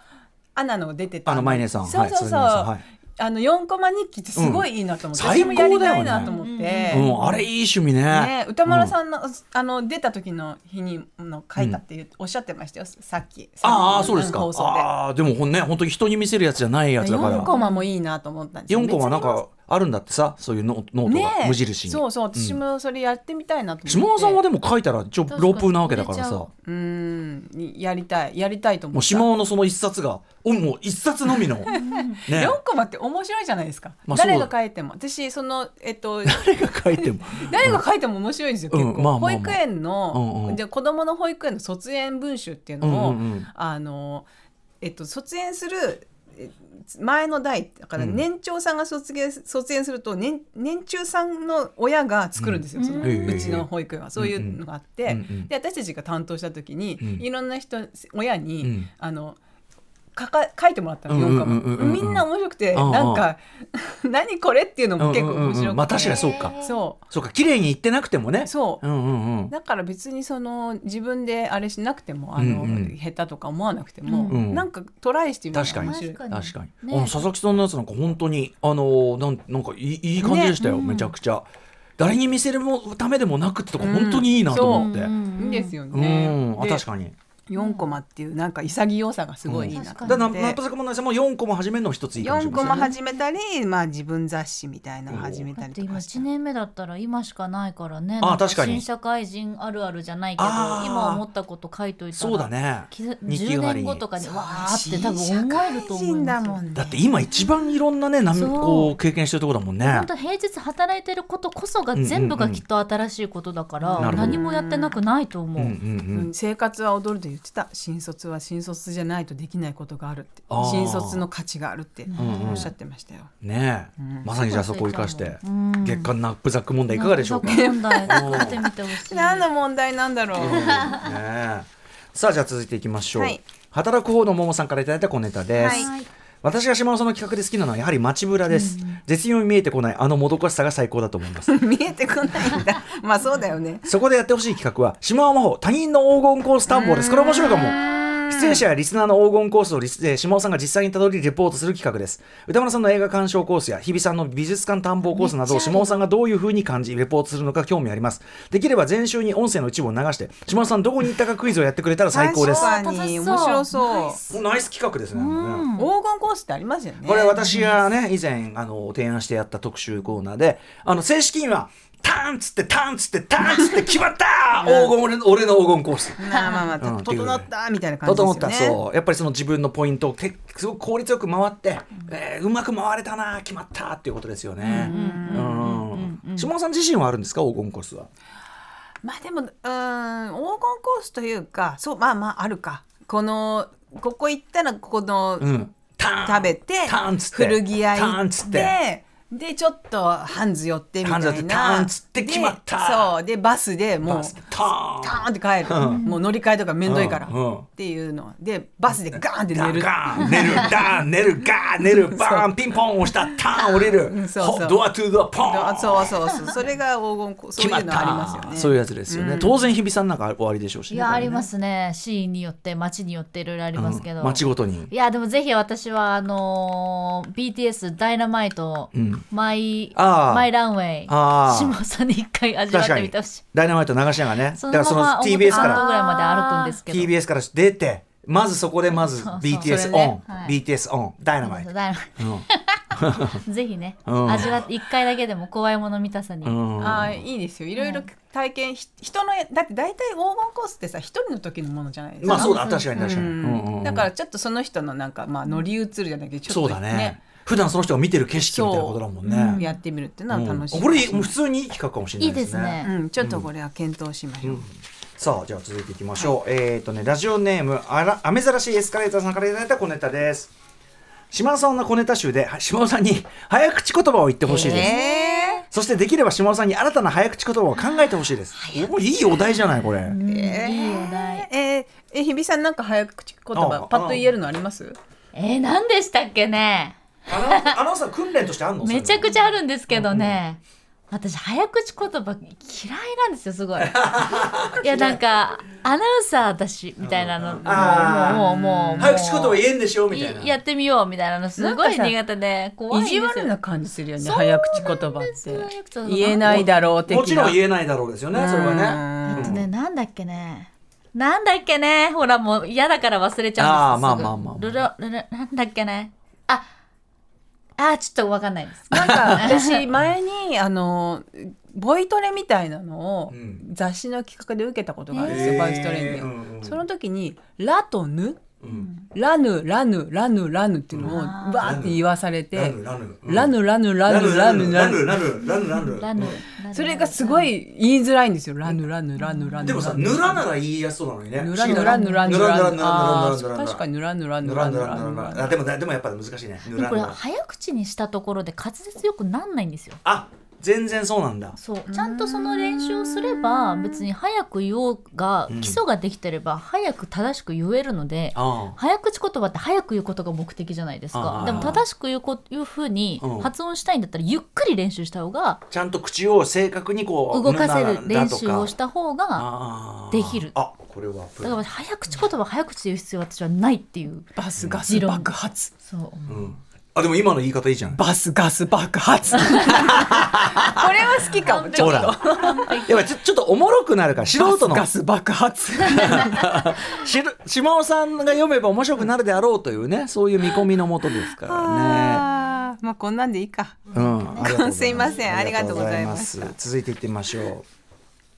[SPEAKER 4] アナの出てた
[SPEAKER 1] あのマイネさん
[SPEAKER 4] そうそ
[SPEAKER 1] はい
[SPEAKER 4] うそう、
[SPEAKER 1] 鈴木さんはい
[SPEAKER 4] あの4コマ日記ってすごいいいなと思って、
[SPEAKER 1] うん
[SPEAKER 4] 私もやりたい
[SPEAKER 1] 最高
[SPEAKER 4] な
[SPEAKER 1] だよね
[SPEAKER 4] と思って、
[SPEAKER 1] うん、あれいい趣味ね
[SPEAKER 4] ね、歌丸さんの,、あの出た時の日にの書いたっていう、おっしゃってましたよさっき
[SPEAKER 1] ああそうですか、
[SPEAKER 4] 放送で
[SPEAKER 1] ああでもほんね本当に人に見せるやつじゃないやつだから
[SPEAKER 4] 4コマもいいなと思ったんですよ
[SPEAKER 1] 4コマなんかあるんだってさそういうノノート
[SPEAKER 4] ね
[SPEAKER 1] が無印に
[SPEAKER 4] そうそう私もそれやってみたいなと思って、
[SPEAKER 1] 島田さんはでも書いたら一応
[SPEAKER 2] 確か
[SPEAKER 1] ロ
[SPEAKER 2] に
[SPEAKER 1] ープなわけだからさ
[SPEAKER 2] 売れちゃう
[SPEAKER 1] も
[SPEAKER 4] うーんやりたいやりたいと思
[SPEAKER 1] う
[SPEAKER 4] った
[SPEAKER 1] 島尾のその一冊がおもう一冊のみのね
[SPEAKER 4] 4コマって面白いじゃないですか、
[SPEAKER 1] まあそう
[SPEAKER 4] 誰が書いても私そのえっと
[SPEAKER 1] 誰が書いても
[SPEAKER 4] 誰が書いても面白いんですよ、
[SPEAKER 1] うん
[SPEAKER 4] 結構、
[SPEAKER 1] まあまあまあ
[SPEAKER 4] 保育園の、
[SPEAKER 1] うんうん
[SPEAKER 4] じゃあ子供の保育園の卒園文集っていう
[SPEAKER 1] うん
[SPEAKER 4] のを、
[SPEAKER 1] うんうん
[SPEAKER 4] あのえっと卒園するえ前の代だから
[SPEAKER 1] うん
[SPEAKER 4] 年長さんが卒業卒園すると年年中さんの親が作るんですよ、その
[SPEAKER 1] へえ
[SPEAKER 4] うちの保育園はそういうのがあって、
[SPEAKER 1] うんうん
[SPEAKER 4] で私たちが担当した時に、
[SPEAKER 1] うん
[SPEAKER 4] いろんな人親に、
[SPEAKER 1] うん
[SPEAKER 4] あのかか書いてもらったの
[SPEAKER 1] うんうん
[SPEAKER 4] 4
[SPEAKER 1] う
[SPEAKER 4] か
[SPEAKER 1] んうんうん
[SPEAKER 4] もみんな面白くて
[SPEAKER 1] ああ
[SPEAKER 4] なんか 「何これ?」っていうの も結構面白くて、
[SPEAKER 1] うんうんうんまあ確かにそうか
[SPEAKER 4] そ
[SPEAKER 1] そうか綺麗に言ってなくてもね
[SPEAKER 4] うそう
[SPEAKER 1] うんうんうん
[SPEAKER 4] だから別にその自分であれしなくてもあの、
[SPEAKER 1] うんうん
[SPEAKER 4] 下手とか思わなくても、
[SPEAKER 1] うん
[SPEAKER 4] なんかトライしてみたら
[SPEAKER 1] 確かに
[SPEAKER 4] 面白い
[SPEAKER 2] 確か
[SPEAKER 1] 確かに、
[SPEAKER 2] ね
[SPEAKER 1] あの佐々木さんのやつなんか本当にあのなんなんかいいいい感じでしたよ、めちゃくちゃ誰に見せるもためでもなくってとか本当にいいなと思って、
[SPEAKER 2] うん
[SPEAKER 4] いいですよ
[SPEAKER 1] うん
[SPEAKER 4] ね。
[SPEAKER 1] あ
[SPEAKER 4] で
[SPEAKER 1] 確かに
[SPEAKER 4] 四コマっていうなんか潔さがすごいいいなと
[SPEAKER 1] だからな
[SPEAKER 4] 思って。
[SPEAKER 1] ナップ坂もないさんも4個も始めるのも一ついいかもしれ
[SPEAKER 4] 4
[SPEAKER 1] ませ
[SPEAKER 4] コ
[SPEAKER 1] ん
[SPEAKER 4] マ
[SPEAKER 1] ね
[SPEAKER 4] 始めたり、まあ、自分雑誌みたいなの始め
[SPEAKER 2] だ
[SPEAKER 4] た
[SPEAKER 2] っ
[SPEAKER 4] り
[SPEAKER 2] て
[SPEAKER 4] と
[SPEAKER 2] 今
[SPEAKER 4] かして
[SPEAKER 2] 1年目だったら今しかないからね
[SPEAKER 1] あ
[SPEAKER 2] なん
[SPEAKER 1] 確かに
[SPEAKER 2] 新社会人あるあるじゃないけど
[SPEAKER 1] あー
[SPEAKER 2] 今思ったこと書いといたら
[SPEAKER 1] そうだね
[SPEAKER 2] きず
[SPEAKER 1] 日記代わ
[SPEAKER 2] 10
[SPEAKER 1] り
[SPEAKER 2] 年
[SPEAKER 1] に
[SPEAKER 2] 後とかにわーって多分思えると思いま
[SPEAKER 4] 新だ
[SPEAKER 2] す
[SPEAKER 4] も
[SPEAKER 2] よ
[SPEAKER 4] んね
[SPEAKER 1] だって今一番いろんなねなん
[SPEAKER 2] そう
[SPEAKER 1] こう経験してるところだもんね
[SPEAKER 2] 本当平日働いてることこそが全部がきっと新しいことだから、
[SPEAKER 1] うんうんうん
[SPEAKER 2] 何もやってなくないと思
[SPEAKER 1] う
[SPEAKER 2] う、
[SPEAKER 1] んうんうん
[SPEAKER 4] うん生活は踊ると言ってた新卒は新卒じゃないとできないことがあるって
[SPEAKER 1] あー
[SPEAKER 4] 新卒の価値があるって
[SPEAKER 1] んうん
[SPEAKER 4] おっしゃってましたよ、
[SPEAKER 1] ねえ、まさにじゃあそこを生かして、
[SPEAKER 2] うん
[SPEAKER 1] 月間ナップザック問題いかがでしょうか、ね
[SPEAKER 2] なんか雑貨問題作ってみてほしい
[SPEAKER 4] 何の問題なんだろう、
[SPEAKER 1] えさあじゃあ続いていきましょう、
[SPEAKER 4] はい
[SPEAKER 1] 働く方のももさんからいただいた小ネタです、
[SPEAKER 4] は
[SPEAKER 1] 私が島尾さんの企画で好きなのはやはり街ぶらです、絶妙に見えてこないあのもどかしさが最高だと思います
[SPEAKER 4] 見えてこないんだまあそうだよね
[SPEAKER 1] そこでやってほしい企画は島尾真帆他人の黄金コース探訪ですこれ面白いかも出演者やリスナーの黄金コースをリス、えー島尾さんが実際にたどりレポートする企画です歌村さんの映画鑑賞コースや日比さんの美術館探訪コースなどを島尾さんがどういうふうに感じレポートするのか興味ありますできれば前週に音声の一部を流して島尾さんどこに行ったかクイズをやってくれたら最高です
[SPEAKER 4] 確か
[SPEAKER 2] 楽し
[SPEAKER 4] に
[SPEAKER 2] そう
[SPEAKER 4] 面白そう
[SPEAKER 1] もうナイス企画ですね
[SPEAKER 4] 黄金コースってありますよね
[SPEAKER 1] これ私がね以前あの提案してやった特集コーナーであの正式には「ターンっつってターンっつってターンっつ って決まった黄金俺の俺の黄金コース」
[SPEAKER 4] まあまあま
[SPEAKER 1] うん
[SPEAKER 4] あ整ったみたいな感じ
[SPEAKER 1] 整
[SPEAKER 4] ですよ
[SPEAKER 1] っ
[SPEAKER 4] ね
[SPEAKER 1] たそうやっぱりその自分のポイントをてすごく効率よく回って、えーうまく回れたな決まったっていうことですよね。うん下尾さん自身はあるんですか黄金コースは。
[SPEAKER 4] まあでもうーん黄金コースというかそうまあまああるかこのここ行ったらここの、
[SPEAKER 1] うん、ターン
[SPEAKER 4] 食べて
[SPEAKER 1] ターンっつって
[SPEAKER 4] 古着屋
[SPEAKER 1] ター
[SPEAKER 4] 行
[SPEAKER 1] ン
[SPEAKER 4] っ
[SPEAKER 1] っつって
[SPEAKER 4] てでちょっとハンズ寄ってみた
[SPEAKER 1] ハ
[SPEAKER 4] いな
[SPEAKER 1] ンズ寄ってターンつって決まった
[SPEAKER 4] でそうでバスでもう
[SPEAKER 1] バスターン
[SPEAKER 4] ターンって帰る、もう乗り換えとかめんどいから、
[SPEAKER 1] うんうん
[SPEAKER 4] っていうのでバスでガーンって寝る
[SPEAKER 1] ガーン寝るダーン寝るガーン寝 るバーンピンポン押したターン降りる
[SPEAKER 4] んそうそう
[SPEAKER 1] ほドアトゥドアポ
[SPEAKER 4] あ
[SPEAKER 1] ン
[SPEAKER 4] そうそうそうそれが黄金コースそういうのありますよね
[SPEAKER 1] そういうやつですよね、当然日比さんなんか終わりでしょうし、
[SPEAKER 2] い
[SPEAKER 1] ね、
[SPEAKER 2] やありますすねシーンによって街によっていろいろありますけど、
[SPEAKER 1] 街ごとに
[SPEAKER 2] いやでもぜひ私はあのー BTS ダイナマイト、
[SPEAKER 1] ん
[SPEAKER 2] マイ
[SPEAKER 1] あー
[SPEAKER 2] マイランウェイ
[SPEAKER 1] あー
[SPEAKER 2] 島尾さんに一回味わっ
[SPEAKER 1] 確か
[SPEAKER 2] て
[SPEAKER 1] に
[SPEAKER 2] みてほしい
[SPEAKER 1] ダイナマイト流しながらね
[SPEAKER 2] そ
[SPEAKER 1] だか
[SPEAKER 2] の
[SPEAKER 1] らそ
[SPEAKER 2] ま
[SPEAKER 1] の
[SPEAKER 2] ま表
[SPEAKER 1] TBS か
[SPEAKER 2] 参道
[SPEAKER 1] ら
[SPEAKER 2] ぐらいまで歩くんですけど
[SPEAKER 1] TBS から出てまずそこでまず
[SPEAKER 2] そう
[SPEAKER 1] BTS
[SPEAKER 4] そ
[SPEAKER 1] オン
[SPEAKER 4] れね、
[SPEAKER 2] はい
[SPEAKER 1] BTS オンダイナマイト、
[SPEAKER 2] だから ぜひね、
[SPEAKER 1] うん
[SPEAKER 2] 味わって一回だけでも怖いもの見たさに、
[SPEAKER 1] うん、
[SPEAKER 4] あーいいですよいろいろ体験、ひ人のだって大体黄金コースってさ一人の時のものじゃないですか、
[SPEAKER 1] まあそうだ確かに確かに、
[SPEAKER 4] うん
[SPEAKER 1] うんうんうん
[SPEAKER 4] だからちょっとその人のなんかまあ乗り移るじゃなくてちょっと
[SPEAKER 1] そうだね普段その人が見てる景色みたいなことだもんね、
[SPEAKER 4] うんやってみるっていうの
[SPEAKER 1] う
[SPEAKER 4] は
[SPEAKER 1] ん
[SPEAKER 4] 楽しい、
[SPEAKER 1] これ普通にいい企画かもしれないですね
[SPEAKER 2] いいですね
[SPEAKER 4] うん、ちょっとこれは検討しましょう、
[SPEAKER 1] さあじゃあ続いていきましょう、えっ、とねラジオネームあら雨ざらしエスカレーターさんからいただいた小ネタです島尾さんの小ネタ集では島尾さんに早口言葉を言ってほしいです、そしてできれば島尾さんに新たな早口言葉を考えてほしいですおいいお題じゃないこれ、
[SPEAKER 2] うんいいお題
[SPEAKER 4] えー、え日比さんなんか早口言
[SPEAKER 1] あ
[SPEAKER 4] 葉パッと言えるのあります
[SPEAKER 2] えー、何でしたっけね
[SPEAKER 1] アナウンサーアナウンサー訓練としてあんの
[SPEAKER 2] めちゃく
[SPEAKER 1] ち
[SPEAKER 2] ちゃあるんですけどね、私早口言葉嫌いなんですよ すごいいやなんかアナウンサーだしみたいな
[SPEAKER 1] あー
[SPEAKER 2] のもうもうもうもう
[SPEAKER 1] 早口言葉言えんでしょみたいない
[SPEAKER 2] やってみようみたいなのすごい
[SPEAKER 4] なんかさ
[SPEAKER 2] 苦手で怖いんで
[SPEAKER 4] 意
[SPEAKER 2] す
[SPEAKER 4] 地
[SPEAKER 2] よ
[SPEAKER 4] 悪な感じするよね早口言葉
[SPEAKER 2] そうなんです
[SPEAKER 4] っ
[SPEAKER 2] よ
[SPEAKER 4] て言えないだろう的な
[SPEAKER 1] もちろん
[SPEAKER 4] え
[SPEAKER 1] 言えないだろうですよねそれはね
[SPEAKER 2] あとねなんだっけねなんだっけねほらもう嫌だから忘れちゃうんです
[SPEAKER 1] あー
[SPEAKER 2] すぐ
[SPEAKER 1] まあまあまあまあ
[SPEAKER 2] ルルルルなんだっけねああーちょっとわかんないです
[SPEAKER 4] なんか私前にあのボイトレみたいなのを
[SPEAKER 1] ん
[SPEAKER 4] 雑誌の企画で受けたことがあるんですよ、
[SPEAKER 1] へー
[SPEAKER 4] ボイトレで、
[SPEAKER 1] うんうん
[SPEAKER 4] その時に「ラ」と「ヌ」
[SPEAKER 1] うん
[SPEAKER 4] ラヌラヌラヌラヌっていうのをバーって言わされて
[SPEAKER 1] ラヌ
[SPEAKER 4] ラヌラヌラヌラヌラヌ
[SPEAKER 1] ラヌラヌラヌ
[SPEAKER 2] ラヌ
[SPEAKER 4] それがすごい言いづらいんですよラヌラヌラヌラヌ
[SPEAKER 1] でもさ、ぬらなら言いやすそうなのにね。
[SPEAKER 4] ヌラヌラヌラヌラヌ
[SPEAKER 1] ぬら
[SPEAKER 4] あ
[SPEAKER 1] ぬらぬらぬらぬらぬら
[SPEAKER 4] ー確かにヌラヌラ
[SPEAKER 1] ぬ
[SPEAKER 4] ヌ
[SPEAKER 1] ら
[SPEAKER 4] ラ
[SPEAKER 1] ぬ
[SPEAKER 4] ヌ
[SPEAKER 1] ら
[SPEAKER 4] ラ
[SPEAKER 1] ぬら
[SPEAKER 4] ヌ
[SPEAKER 1] ぬら
[SPEAKER 4] ラ
[SPEAKER 1] あ、でも、でもやっぱり難しいね。ぬら
[SPEAKER 2] こ
[SPEAKER 1] ぬ
[SPEAKER 2] れ
[SPEAKER 1] ら。
[SPEAKER 2] 早口にしたところで滑舌よくなんないんですよ
[SPEAKER 1] あ、全然そうなんだ。
[SPEAKER 2] そうちゃんとその練習をすれば別に早く言おうが基礎ができてれば早く正しく言えるので、
[SPEAKER 1] ああ
[SPEAKER 2] 早口言葉って早く言うことが目的じゃないです
[SPEAKER 1] あ
[SPEAKER 2] か
[SPEAKER 1] あ
[SPEAKER 2] でも正しく言うこいうふうに
[SPEAKER 1] うん
[SPEAKER 2] 発音したいんだったらゆっくり練習した方が
[SPEAKER 1] ちゃんと口を正確にこう。
[SPEAKER 2] 動かせ
[SPEAKER 1] ぬら
[SPEAKER 2] る練習をし
[SPEAKER 1] だとか。
[SPEAKER 2] た方が
[SPEAKER 1] ああ
[SPEAKER 2] できる
[SPEAKER 1] あ、これはプ
[SPEAKER 2] だ
[SPEAKER 1] ロ。
[SPEAKER 2] から早口言葉早口言う必要は私はないっていう
[SPEAKER 4] バスガス爆発
[SPEAKER 2] そう
[SPEAKER 1] うんあでも今の言い方いいじゃん
[SPEAKER 3] バスガス爆発これは好きかもちょ
[SPEAKER 1] ほ
[SPEAKER 3] っ
[SPEAKER 1] ら
[SPEAKER 3] と
[SPEAKER 1] やっぱちょちょっとおもろくなるから素人の
[SPEAKER 3] ガス爆発
[SPEAKER 1] しる島尾さんが読めば面白くなるであろうというねそういう見込みのもとですからね。
[SPEAKER 4] あーまあこんなんでいいか。
[SPEAKER 1] うん、ありがとうござます
[SPEAKER 4] すいませんありがとうございます
[SPEAKER 1] ありがとうございます続いていってみましょ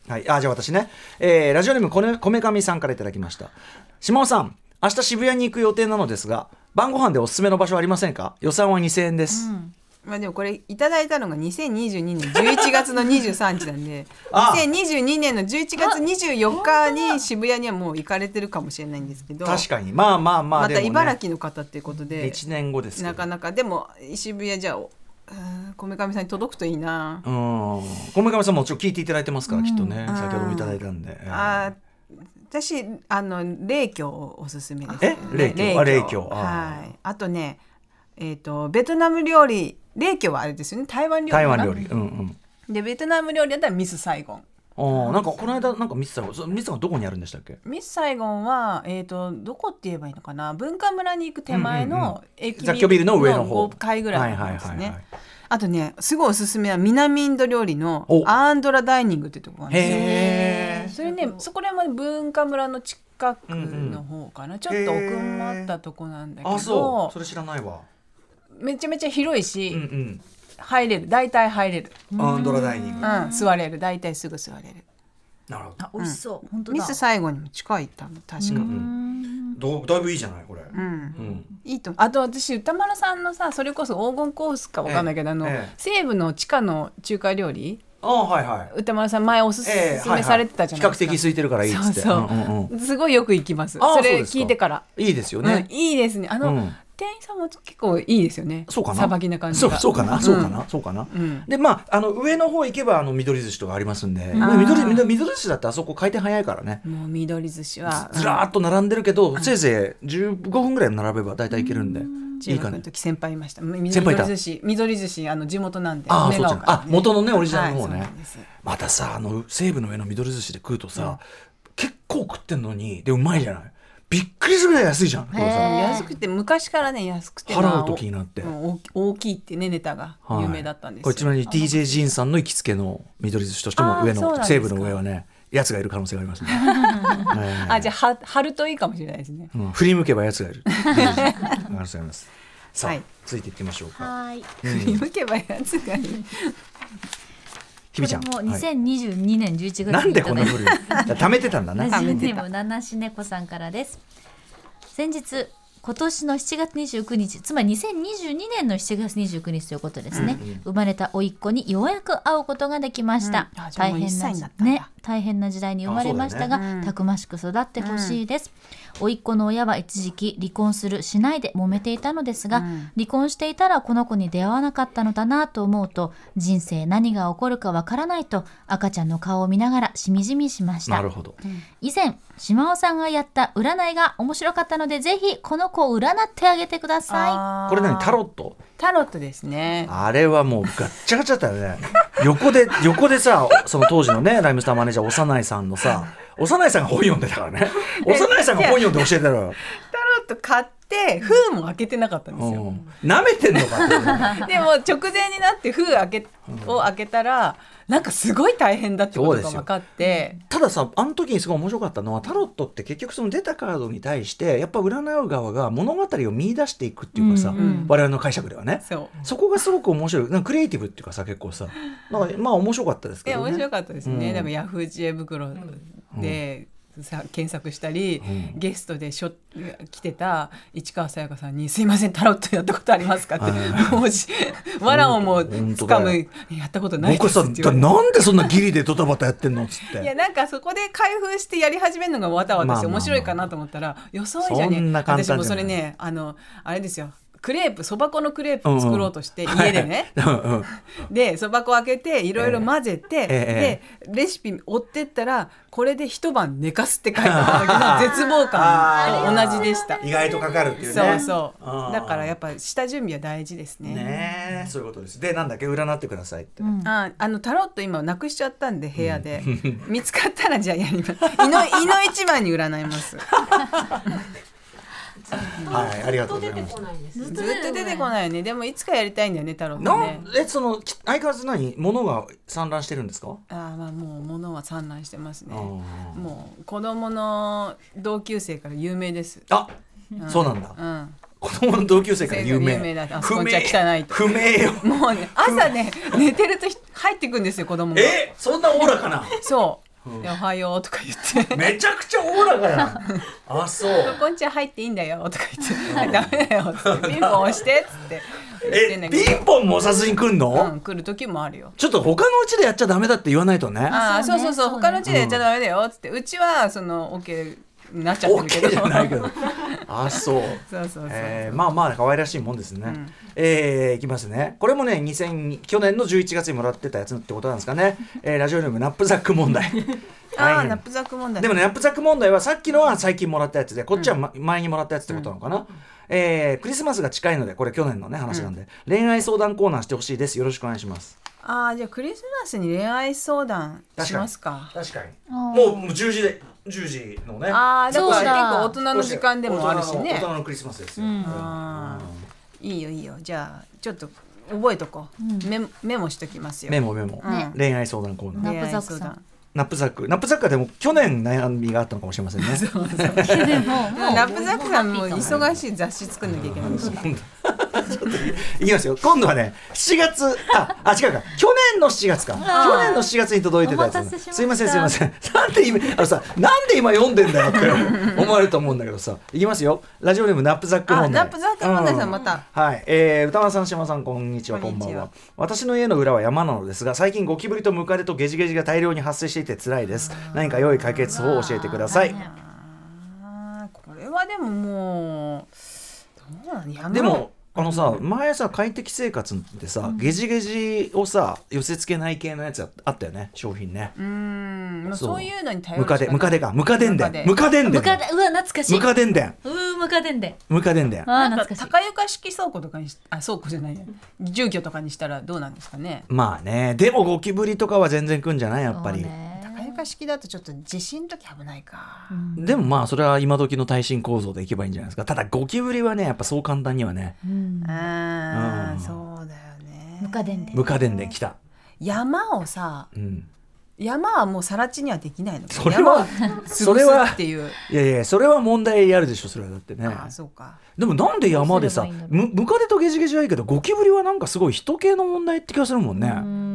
[SPEAKER 1] うはいあじゃあ私ね、えーラジオネームこねこめかみさんからいただきました島尾さん明日渋谷に行く予定なのですが晩ご飯でおすすめの場所ありませんか予算は2000円です、
[SPEAKER 4] まあでもこれいただいたのが2022年11月の23日なんで
[SPEAKER 1] あ
[SPEAKER 4] 2022年の11月24日に渋谷にはもう行かれてるかもしれないんですけど
[SPEAKER 1] 確かにまあまあまあ
[SPEAKER 4] また茨
[SPEAKER 1] 城
[SPEAKER 4] 城の方っていうことで
[SPEAKER 1] 1年後ですけど
[SPEAKER 4] なかなかでも渋谷じゃあおうーんこめかみさんに届くといいな
[SPEAKER 1] うんこめかみさんもちょっと聞いていただいてますから、きっとね先ほどもいただいたんで
[SPEAKER 4] あー私あの霊教おすすめです、
[SPEAKER 1] え霊教あ霊教あー
[SPEAKER 4] はいあとねえっ、とベトナム料理霊教はあれですよね台湾料理か
[SPEAKER 1] 台
[SPEAKER 4] な
[SPEAKER 1] 湾料理うんうん
[SPEAKER 3] でベトナム料理だったらミスサイゴン
[SPEAKER 1] ああ、なんかこの間なんかミスさん、そミスさんどこにあるんでしたっけ？
[SPEAKER 3] ミスサイゴンは、えー、とどこって言えばいいのかな文化村に行く手前の駅
[SPEAKER 1] 雑居ビルの上の方。
[SPEAKER 3] 5階ぐらいのとこです
[SPEAKER 1] はいはいはいは
[SPEAKER 3] ね
[SPEAKER 1] い。
[SPEAKER 4] あとねすごいおすすめは南インド料理の
[SPEAKER 1] お
[SPEAKER 4] アンドラダイニングってとこがあるんですよ
[SPEAKER 1] へえ。
[SPEAKER 3] それねそこら辺は文化村の近くの方かな、ちょっと奥まったとこなんだけ
[SPEAKER 1] あ、そう。
[SPEAKER 3] ど
[SPEAKER 1] それ知らないわ。
[SPEAKER 3] めちゃめちゃ広いし、
[SPEAKER 1] うん
[SPEAKER 3] 入れる大体入れる、
[SPEAKER 1] うん。アンドラダイニング。なる
[SPEAKER 4] うん、座れる大体すぐ座れる
[SPEAKER 1] ほど。
[SPEAKER 2] あ美味しそう、本当
[SPEAKER 4] ミ
[SPEAKER 2] だ
[SPEAKER 4] ス最後にも近い多分確か、
[SPEAKER 1] どうだいぶいいじゃないこれ。うん。
[SPEAKER 4] いいと思う
[SPEAKER 3] あと私歌丸さんのさそれこそ黄金コースかわかんないけど、
[SPEAKER 1] ええ
[SPEAKER 3] あの
[SPEAKER 1] ええ
[SPEAKER 3] 西部の地下の中華料理
[SPEAKER 1] あ、はいはい。
[SPEAKER 3] 歌丸さん前おすす
[SPEAKER 1] ええ
[SPEAKER 3] めされてたじゃない
[SPEAKER 1] は
[SPEAKER 3] で
[SPEAKER 1] い
[SPEAKER 3] すか、
[SPEAKER 1] 比較的空いてるからいいっつって。
[SPEAKER 3] そうそう、
[SPEAKER 1] んんうん
[SPEAKER 3] すごいよく行きます
[SPEAKER 1] あー
[SPEAKER 3] そ
[SPEAKER 1] そう
[SPEAKER 3] れ
[SPEAKER 1] ですか
[SPEAKER 3] 聞いてから
[SPEAKER 1] いいですよね
[SPEAKER 3] うん、。いいですねあの、
[SPEAKER 1] うん
[SPEAKER 3] 店員さんも結構いいですよね
[SPEAKER 1] そうかな。
[SPEAKER 3] さばきな感じ
[SPEAKER 1] そう
[SPEAKER 3] が
[SPEAKER 1] そうかな。そうかな。そうかな。でまああの上の方行けばあの緑寿司とかありますんで、まあ緑緑緑寿司だってあそこ回転早いからね。
[SPEAKER 3] もう緑寿司は
[SPEAKER 1] ずらーっと並んでるけど、せいぜい15分ぐらい並べば大体いけるんで、いい
[SPEAKER 4] 中
[SPEAKER 1] か
[SPEAKER 4] 学
[SPEAKER 1] ね
[SPEAKER 4] の。時先輩いましたみ
[SPEAKER 1] 先輩いた
[SPEAKER 4] 緑寿司緑寿司あの地元なんで
[SPEAKER 1] ああ、そうじゃん。
[SPEAKER 4] 岡
[SPEAKER 1] あ、元のね、オリジナルの方
[SPEAKER 4] は
[SPEAKER 1] ね
[SPEAKER 4] いそうなんです。
[SPEAKER 1] またさ、あの、西部の上の緑寿司で食うとさ、結構食ってんのに、で、うまいじゃない。びっくりするぐらい安いじゃん。これさ
[SPEAKER 4] 安くて昔からね安くて
[SPEAKER 1] 払うと気になって
[SPEAKER 4] まあおうん大きいってねネタが
[SPEAKER 1] はい
[SPEAKER 4] 有名だったんですよ、
[SPEAKER 1] これちなみに DJ ジンさんの行きつけの緑寿司としても上
[SPEAKER 3] あーそう
[SPEAKER 1] の、
[SPEAKER 3] なんです
[SPEAKER 1] 西
[SPEAKER 3] か
[SPEAKER 1] 部の上はね、やつがいる可能性がありますね。
[SPEAKER 3] あじゃあは貼るといいかもしれないですね
[SPEAKER 1] うん振り向けばやつがいる。ありがとうございます。 さあ
[SPEAKER 4] はい、
[SPEAKER 1] 続いていってみましょうか。
[SPEAKER 2] はい
[SPEAKER 4] 振り向けばやつがいい
[SPEAKER 1] ひびちゃん。
[SPEAKER 2] これも
[SPEAKER 1] はい
[SPEAKER 2] 2022年11月に
[SPEAKER 1] なんでこんな
[SPEAKER 2] 頂いた
[SPEAKER 1] ふうに貯めてたんだ ね。
[SPEAKER 2] ラジオネームナナシネコさんからです先日今年の7月29日つまり2022年の7月29日ということですね、生まれた甥っ子にようやく会うことができました、
[SPEAKER 4] うんあじゃあ
[SPEAKER 2] 大
[SPEAKER 4] もう
[SPEAKER 2] 変
[SPEAKER 4] 一
[SPEAKER 2] な
[SPEAKER 4] 歳に
[SPEAKER 2] じ
[SPEAKER 4] なったんだ
[SPEAKER 2] ね大変な時代に生まれましたが、
[SPEAKER 1] あ
[SPEAKER 2] たくましく育ってほしいです、甥っ子の親は一時期離婚するしないで揉めていたのですが、離婚していたらこの子に出会わなかったのだなと思うと人生何が起こるかわからないと赤ちゃんの顔を見ながらしみじみしました
[SPEAKER 1] なるほど。
[SPEAKER 2] 以前島尾さんがやった占いが面白かったのでぜひこの子を占ってあげてくださ
[SPEAKER 1] これ何タロット
[SPEAKER 4] タロットですね
[SPEAKER 1] あれはもうガッチャガチャだったよね。横で、横でさ、その当時のね、ライムスターマネージャー、幼いさんのさ、幼いさんが本読んでたからね。幼いさんが本読んで教えてたのよ。
[SPEAKER 4] タロット買って封も開けてなかったんですよ
[SPEAKER 1] なめてんのかっていう。
[SPEAKER 4] でも直前になって封開けを開けたらなんかすごい大変だってことが分かって
[SPEAKER 1] たださ、あの時にすごい面白かったのは、タロットって結局その出たカードに対して、やっぱ占う側が物語を見出していくっていうかさ、我々の解釈ではね。
[SPEAKER 4] そう
[SPEAKER 1] そこがすごく面白い。なんかクリエイティブっていうかさ、結構さ、なんかまあ面白かったです
[SPEAKER 4] い
[SPEAKER 1] け
[SPEAKER 4] や
[SPEAKER 1] どね。
[SPEAKER 4] 面白かったですね、
[SPEAKER 1] うん
[SPEAKER 4] でもヤフー知恵袋で、さ検索したり、
[SPEAKER 1] ん
[SPEAKER 4] ゲストでしょ来てた市川さやかさんに「すいませんタロットやったことありますか?」って「もうしわらをもつかむ
[SPEAKER 1] 本
[SPEAKER 4] やったことないで
[SPEAKER 1] 僕
[SPEAKER 4] す」
[SPEAKER 1] さ、
[SPEAKER 4] って言わ
[SPEAKER 1] なんでそんなギリでドタバタやってんのっつって。
[SPEAKER 4] れていやなんかそこで開封してやり始めるのがわたわたし
[SPEAKER 1] まあまあ
[SPEAKER 4] て
[SPEAKER 1] まあ
[SPEAKER 4] 面白いかなと思ったら予想以上
[SPEAKER 1] そ
[SPEAKER 4] に
[SPEAKER 1] んな簡単
[SPEAKER 4] 私
[SPEAKER 1] じゃな
[SPEAKER 4] も
[SPEAKER 1] い
[SPEAKER 4] それねあのあれですよクレープそば粉のクレープを作ろうとして、家でね、
[SPEAKER 1] うんうん。
[SPEAKER 4] でそば粉を開けていろいろ混ぜて、
[SPEAKER 1] え
[SPEAKER 4] でレシピ追ってったらこれで一晩寝かすって書いてあ った時の絶望感と同じでした。
[SPEAKER 1] 意外とかかるっていう
[SPEAKER 4] そ
[SPEAKER 1] ね
[SPEAKER 4] うそう
[SPEAKER 1] あー
[SPEAKER 4] だからやっぱ下準備は大事ですね。
[SPEAKER 1] ねえそういうことですでなんだっけ占ってくださいって、
[SPEAKER 4] ああのタロット今なくしちゃったんで部屋で、 見つかったらじゃあやります胃の胃の一番に占います
[SPEAKER 2] い
[SPEAKER 1] はい、ありがとうござ
[SPEAKER 5] 出
[SPEAKER 1] いま
[SPEAKER 5] て
[SPEAKER 1] す
[SPEAKER 5] こ。ないです。
[SPEAKER 2] ず
[SPEAKER 5] ね
[SPEAKER 2] っ
[SPEAKER 4] ずっと出てこ
[SPEAKER 2] い。
[SPEAKER 4] ないよねでもいつかやりたいんだよね太郎君
[SPEAKER 1] な
[SPEAKER 4] ね
[SPEAKER 1] えそのき相変わらず何物が散乱してるんですか？
[SPEAKER 4] ああまあもう物は散乱してますね
[SPEAKER 1] あー
[SPEAKER 4] もう子供の同級生から有名です
[SPEAKER 1] あ、そうなんだ
[SPEAKER 4] う。ん
[SPEAKER 1] 子供の同級生から有名。
[SPEAKER 4] 有名だあそ
[SPEAKER 1] 不
[SPEAKER 4] こん
[SPEAKER 1] 明
[SPEAKER 4] ちは汚いと
[SPEAKER 1] 不明よ。
[SPEAKER 4] もうね朝ね寝てるとひ入ってくんですよ子供が
[SPEAKER 1] え、そんなおおらかな。
[SPEAKER 4] そうで「おはよう」とか 言って
[SPEAKER 1] めちゃくちゃおおらかやん。あ、そう。
[SPEAKER 4] 「こんちは入っていいんだよ」とか言って「ダメだよ」つ って「ピンポン押して」っつって言ってん
[SPEAKER 1] え、
[SPEAKER 4] だ
[SPEAKER 1] ピ
[SPEAKER 4] けど
[SPEAKER 1] ンポンもさずに来んの？
[SPEAKER 4] うん来る時もあるよ
[SPEAKER 1] ちょっと他のうちでやっちゃダメだって言わないとね。
[SPEAKER 4] ああ
[SPEAKER 2] そう
[SPEAKER 4] そう
[SPEAKER 2] ね
[SPEAKER 4] そうそ
[SPEAKER 2] そ
[SPEAKER 4] う
[SPEAKER 2] うね
[SPEAKER 4] 他のうちでやっちゃダメだよっつってうちはその OK になっちゃって
[SPEAKER 1] OK
[SPEAKER 4] るけど
[SPEAKER 1] じゃ ないけど。あ、そう。
[SPEAKER 4] そうそうそう、
[SPEAKER 1] えーまあまあ可愛らしいもんですね、えーいきますねこれもね2000去年の11月にもらってたやつってことなんですか ね、えーラジオネームナップザック問題
[SPEAKER 4] あ
[SPEAKER 1] 大
[SPEAKER 4] あ
[SPEAKER 1] 変
[SPEAKER 4] ナップザック問題
[SPEAKER 1] でもねナップザック問題はさっきのは最近もらったやつでこっちは、ま前にもらったやつってことなのかな、えークリスマスが近いのでこれ去年のね話なんで、恋愛相談コーナーしてほしいですよろしくお願いします
[SPEAKER 4] ああじゃあクリスマスに恋愛相談しますか
[SPEAKER 1] 確かに
[SPEAKER 2] あ
[SPEAKER 1] もうもう10時で10時のね
[SPEAKER 4] ああだ
[SPEAKER 2] そ
[SPEAKER 4] から
[SPEAKER 2] う
[SPEAKER 4] 結
[SPEAKER 2] だ
[SPEAKER 4] 構大人の時間でもあるしね
[SPEAKER 1] のクリスマスですよ、
[SPEAKER 4] あーいいよいいよじゃあちょっと覚えとこう、メモメモしときますよ
[SPEAKER 1] メモメモ、
[SPEAKER 4] ね
[SPEAKER 1] 恋愛相談コーナー
[SPEAKER 2] ナ
[SPEAKER 4] 恋
[SPEAKER 2] ップ
[SPEAKER 4] 愛
[SPEAKER 2] ザ
[SPEAKER 4] 相
[SPEAKER 2] ックさん
[SPEAKER 4] 談。
[SPEAKER 1] ナップザックナップザックはでも去年悩みがあったのかもしれま せんね
[SPEAKER 2] でももう
[SPEAKER 4] ナップザックさんも忙しい雑誌作んなきゃいけないし
[SPEAKER 1] いきますよ今度はね7月ああ違うか去年の7月か去年の7月に届いてたやつ
[SPEAKER 2] お待たせしました
[SPEAKER 1] すいませんすいませんなんで今あのさなんで今読んでんだよ って思われると思うんだけどさいきますよラジオネームナップザック
[SPEAKER 4] あ
[SPEAKER 1] 問題
[SPEAKER 4] ナップザック問題さんまた
[SPEAKER 1] はい、えー歌丸さん、島さん、こんにちは、こ
[SPEAKER 4] こん
[SPEAKER 1] ん
[SPEAKER 4] に
[SPEAKER 1] ば
[SPEAKER 4] ちは
[SPEAKER 1] んは。私の家の裏は山なのですが、最近ゴキブリとムカデとゲジゲジが大量に発生していて辛いです。何か良い解決法を教えてください。
[SPEAKER 4] あーこれはでももうどうなんやめ
[SPEAKER 1] でも、あのさ、前さ、快適生活ってさ、ゲジゲジをさ、寄せ付けない系のやつああったよね、商品ね。
[SPEAKER 4] うーんまあ
[SPEAKER 1] そう
[SPEAKER 4] そういうのに頼る
[SPEAKER 1] ムカデ、ムカデか、ムカデンデン、ム
[SPEAKER 4] ム
[SPEAKER 1] カデンデン
[SPEAKER 2] ム、カデうわ懐かしい
[SPEAKER 1] ムカデンデン、
[SPEAKER 2] うームカデンで
[SPEAKER 1] ムカデンデン。
[SPEAKER 2] あー
[SPEAKER 4] なんか
[SPEAKER 2] 懐かしい
[SPEAKER 4] 高床式倉庫とかにしあ倉庫じゃないや住居とかにしたらどうなんですかね
[SPEAKER 1] まあね、でもゴキブリとかは全然来んじゃないやっぱり。
[SPEAKER 2] そうね
[SPEAKER 4] 高床式だとちょっと地震の時危ないか、
[SPEAKER 1] でもまあそれは今時の耐震構造でいけばいいんじゃないですかただゴキブリはねやっぱそう簡単にはね
[SPEAKER 2] うん
[SPEAKER 4] あ
[SPEAKER 1] うん
[SPEAKER 4] ーそうだよね
[SPEAKER 2] ムカデンで
[SPEAKER 1] ムカデンで来た、
[SPEAKER 4] 山をさ
[SPEAKER 1] うん、
[SPEAKER 4] 山はもうさら地にはできないの
[SPEAKER 1] それは
[SPEAKER 4] 山を潰す
[SPEAKER 1] それは
[SPEAKER 4] っていう
[SPEAKER 1] いやいやそれは問題あるでしょそれはだってね
[SPEAKER 4] ああそうか
[SPEAKER 1] でもなんで山でさ
[SPEAKER 2] どうすればいいんだ
[SPEAKER 1] ムムカデとゲジゲジはいいけどゴキブリはなんかすごい人系の問題って気がするもんね、
[SPEAKER 4] うん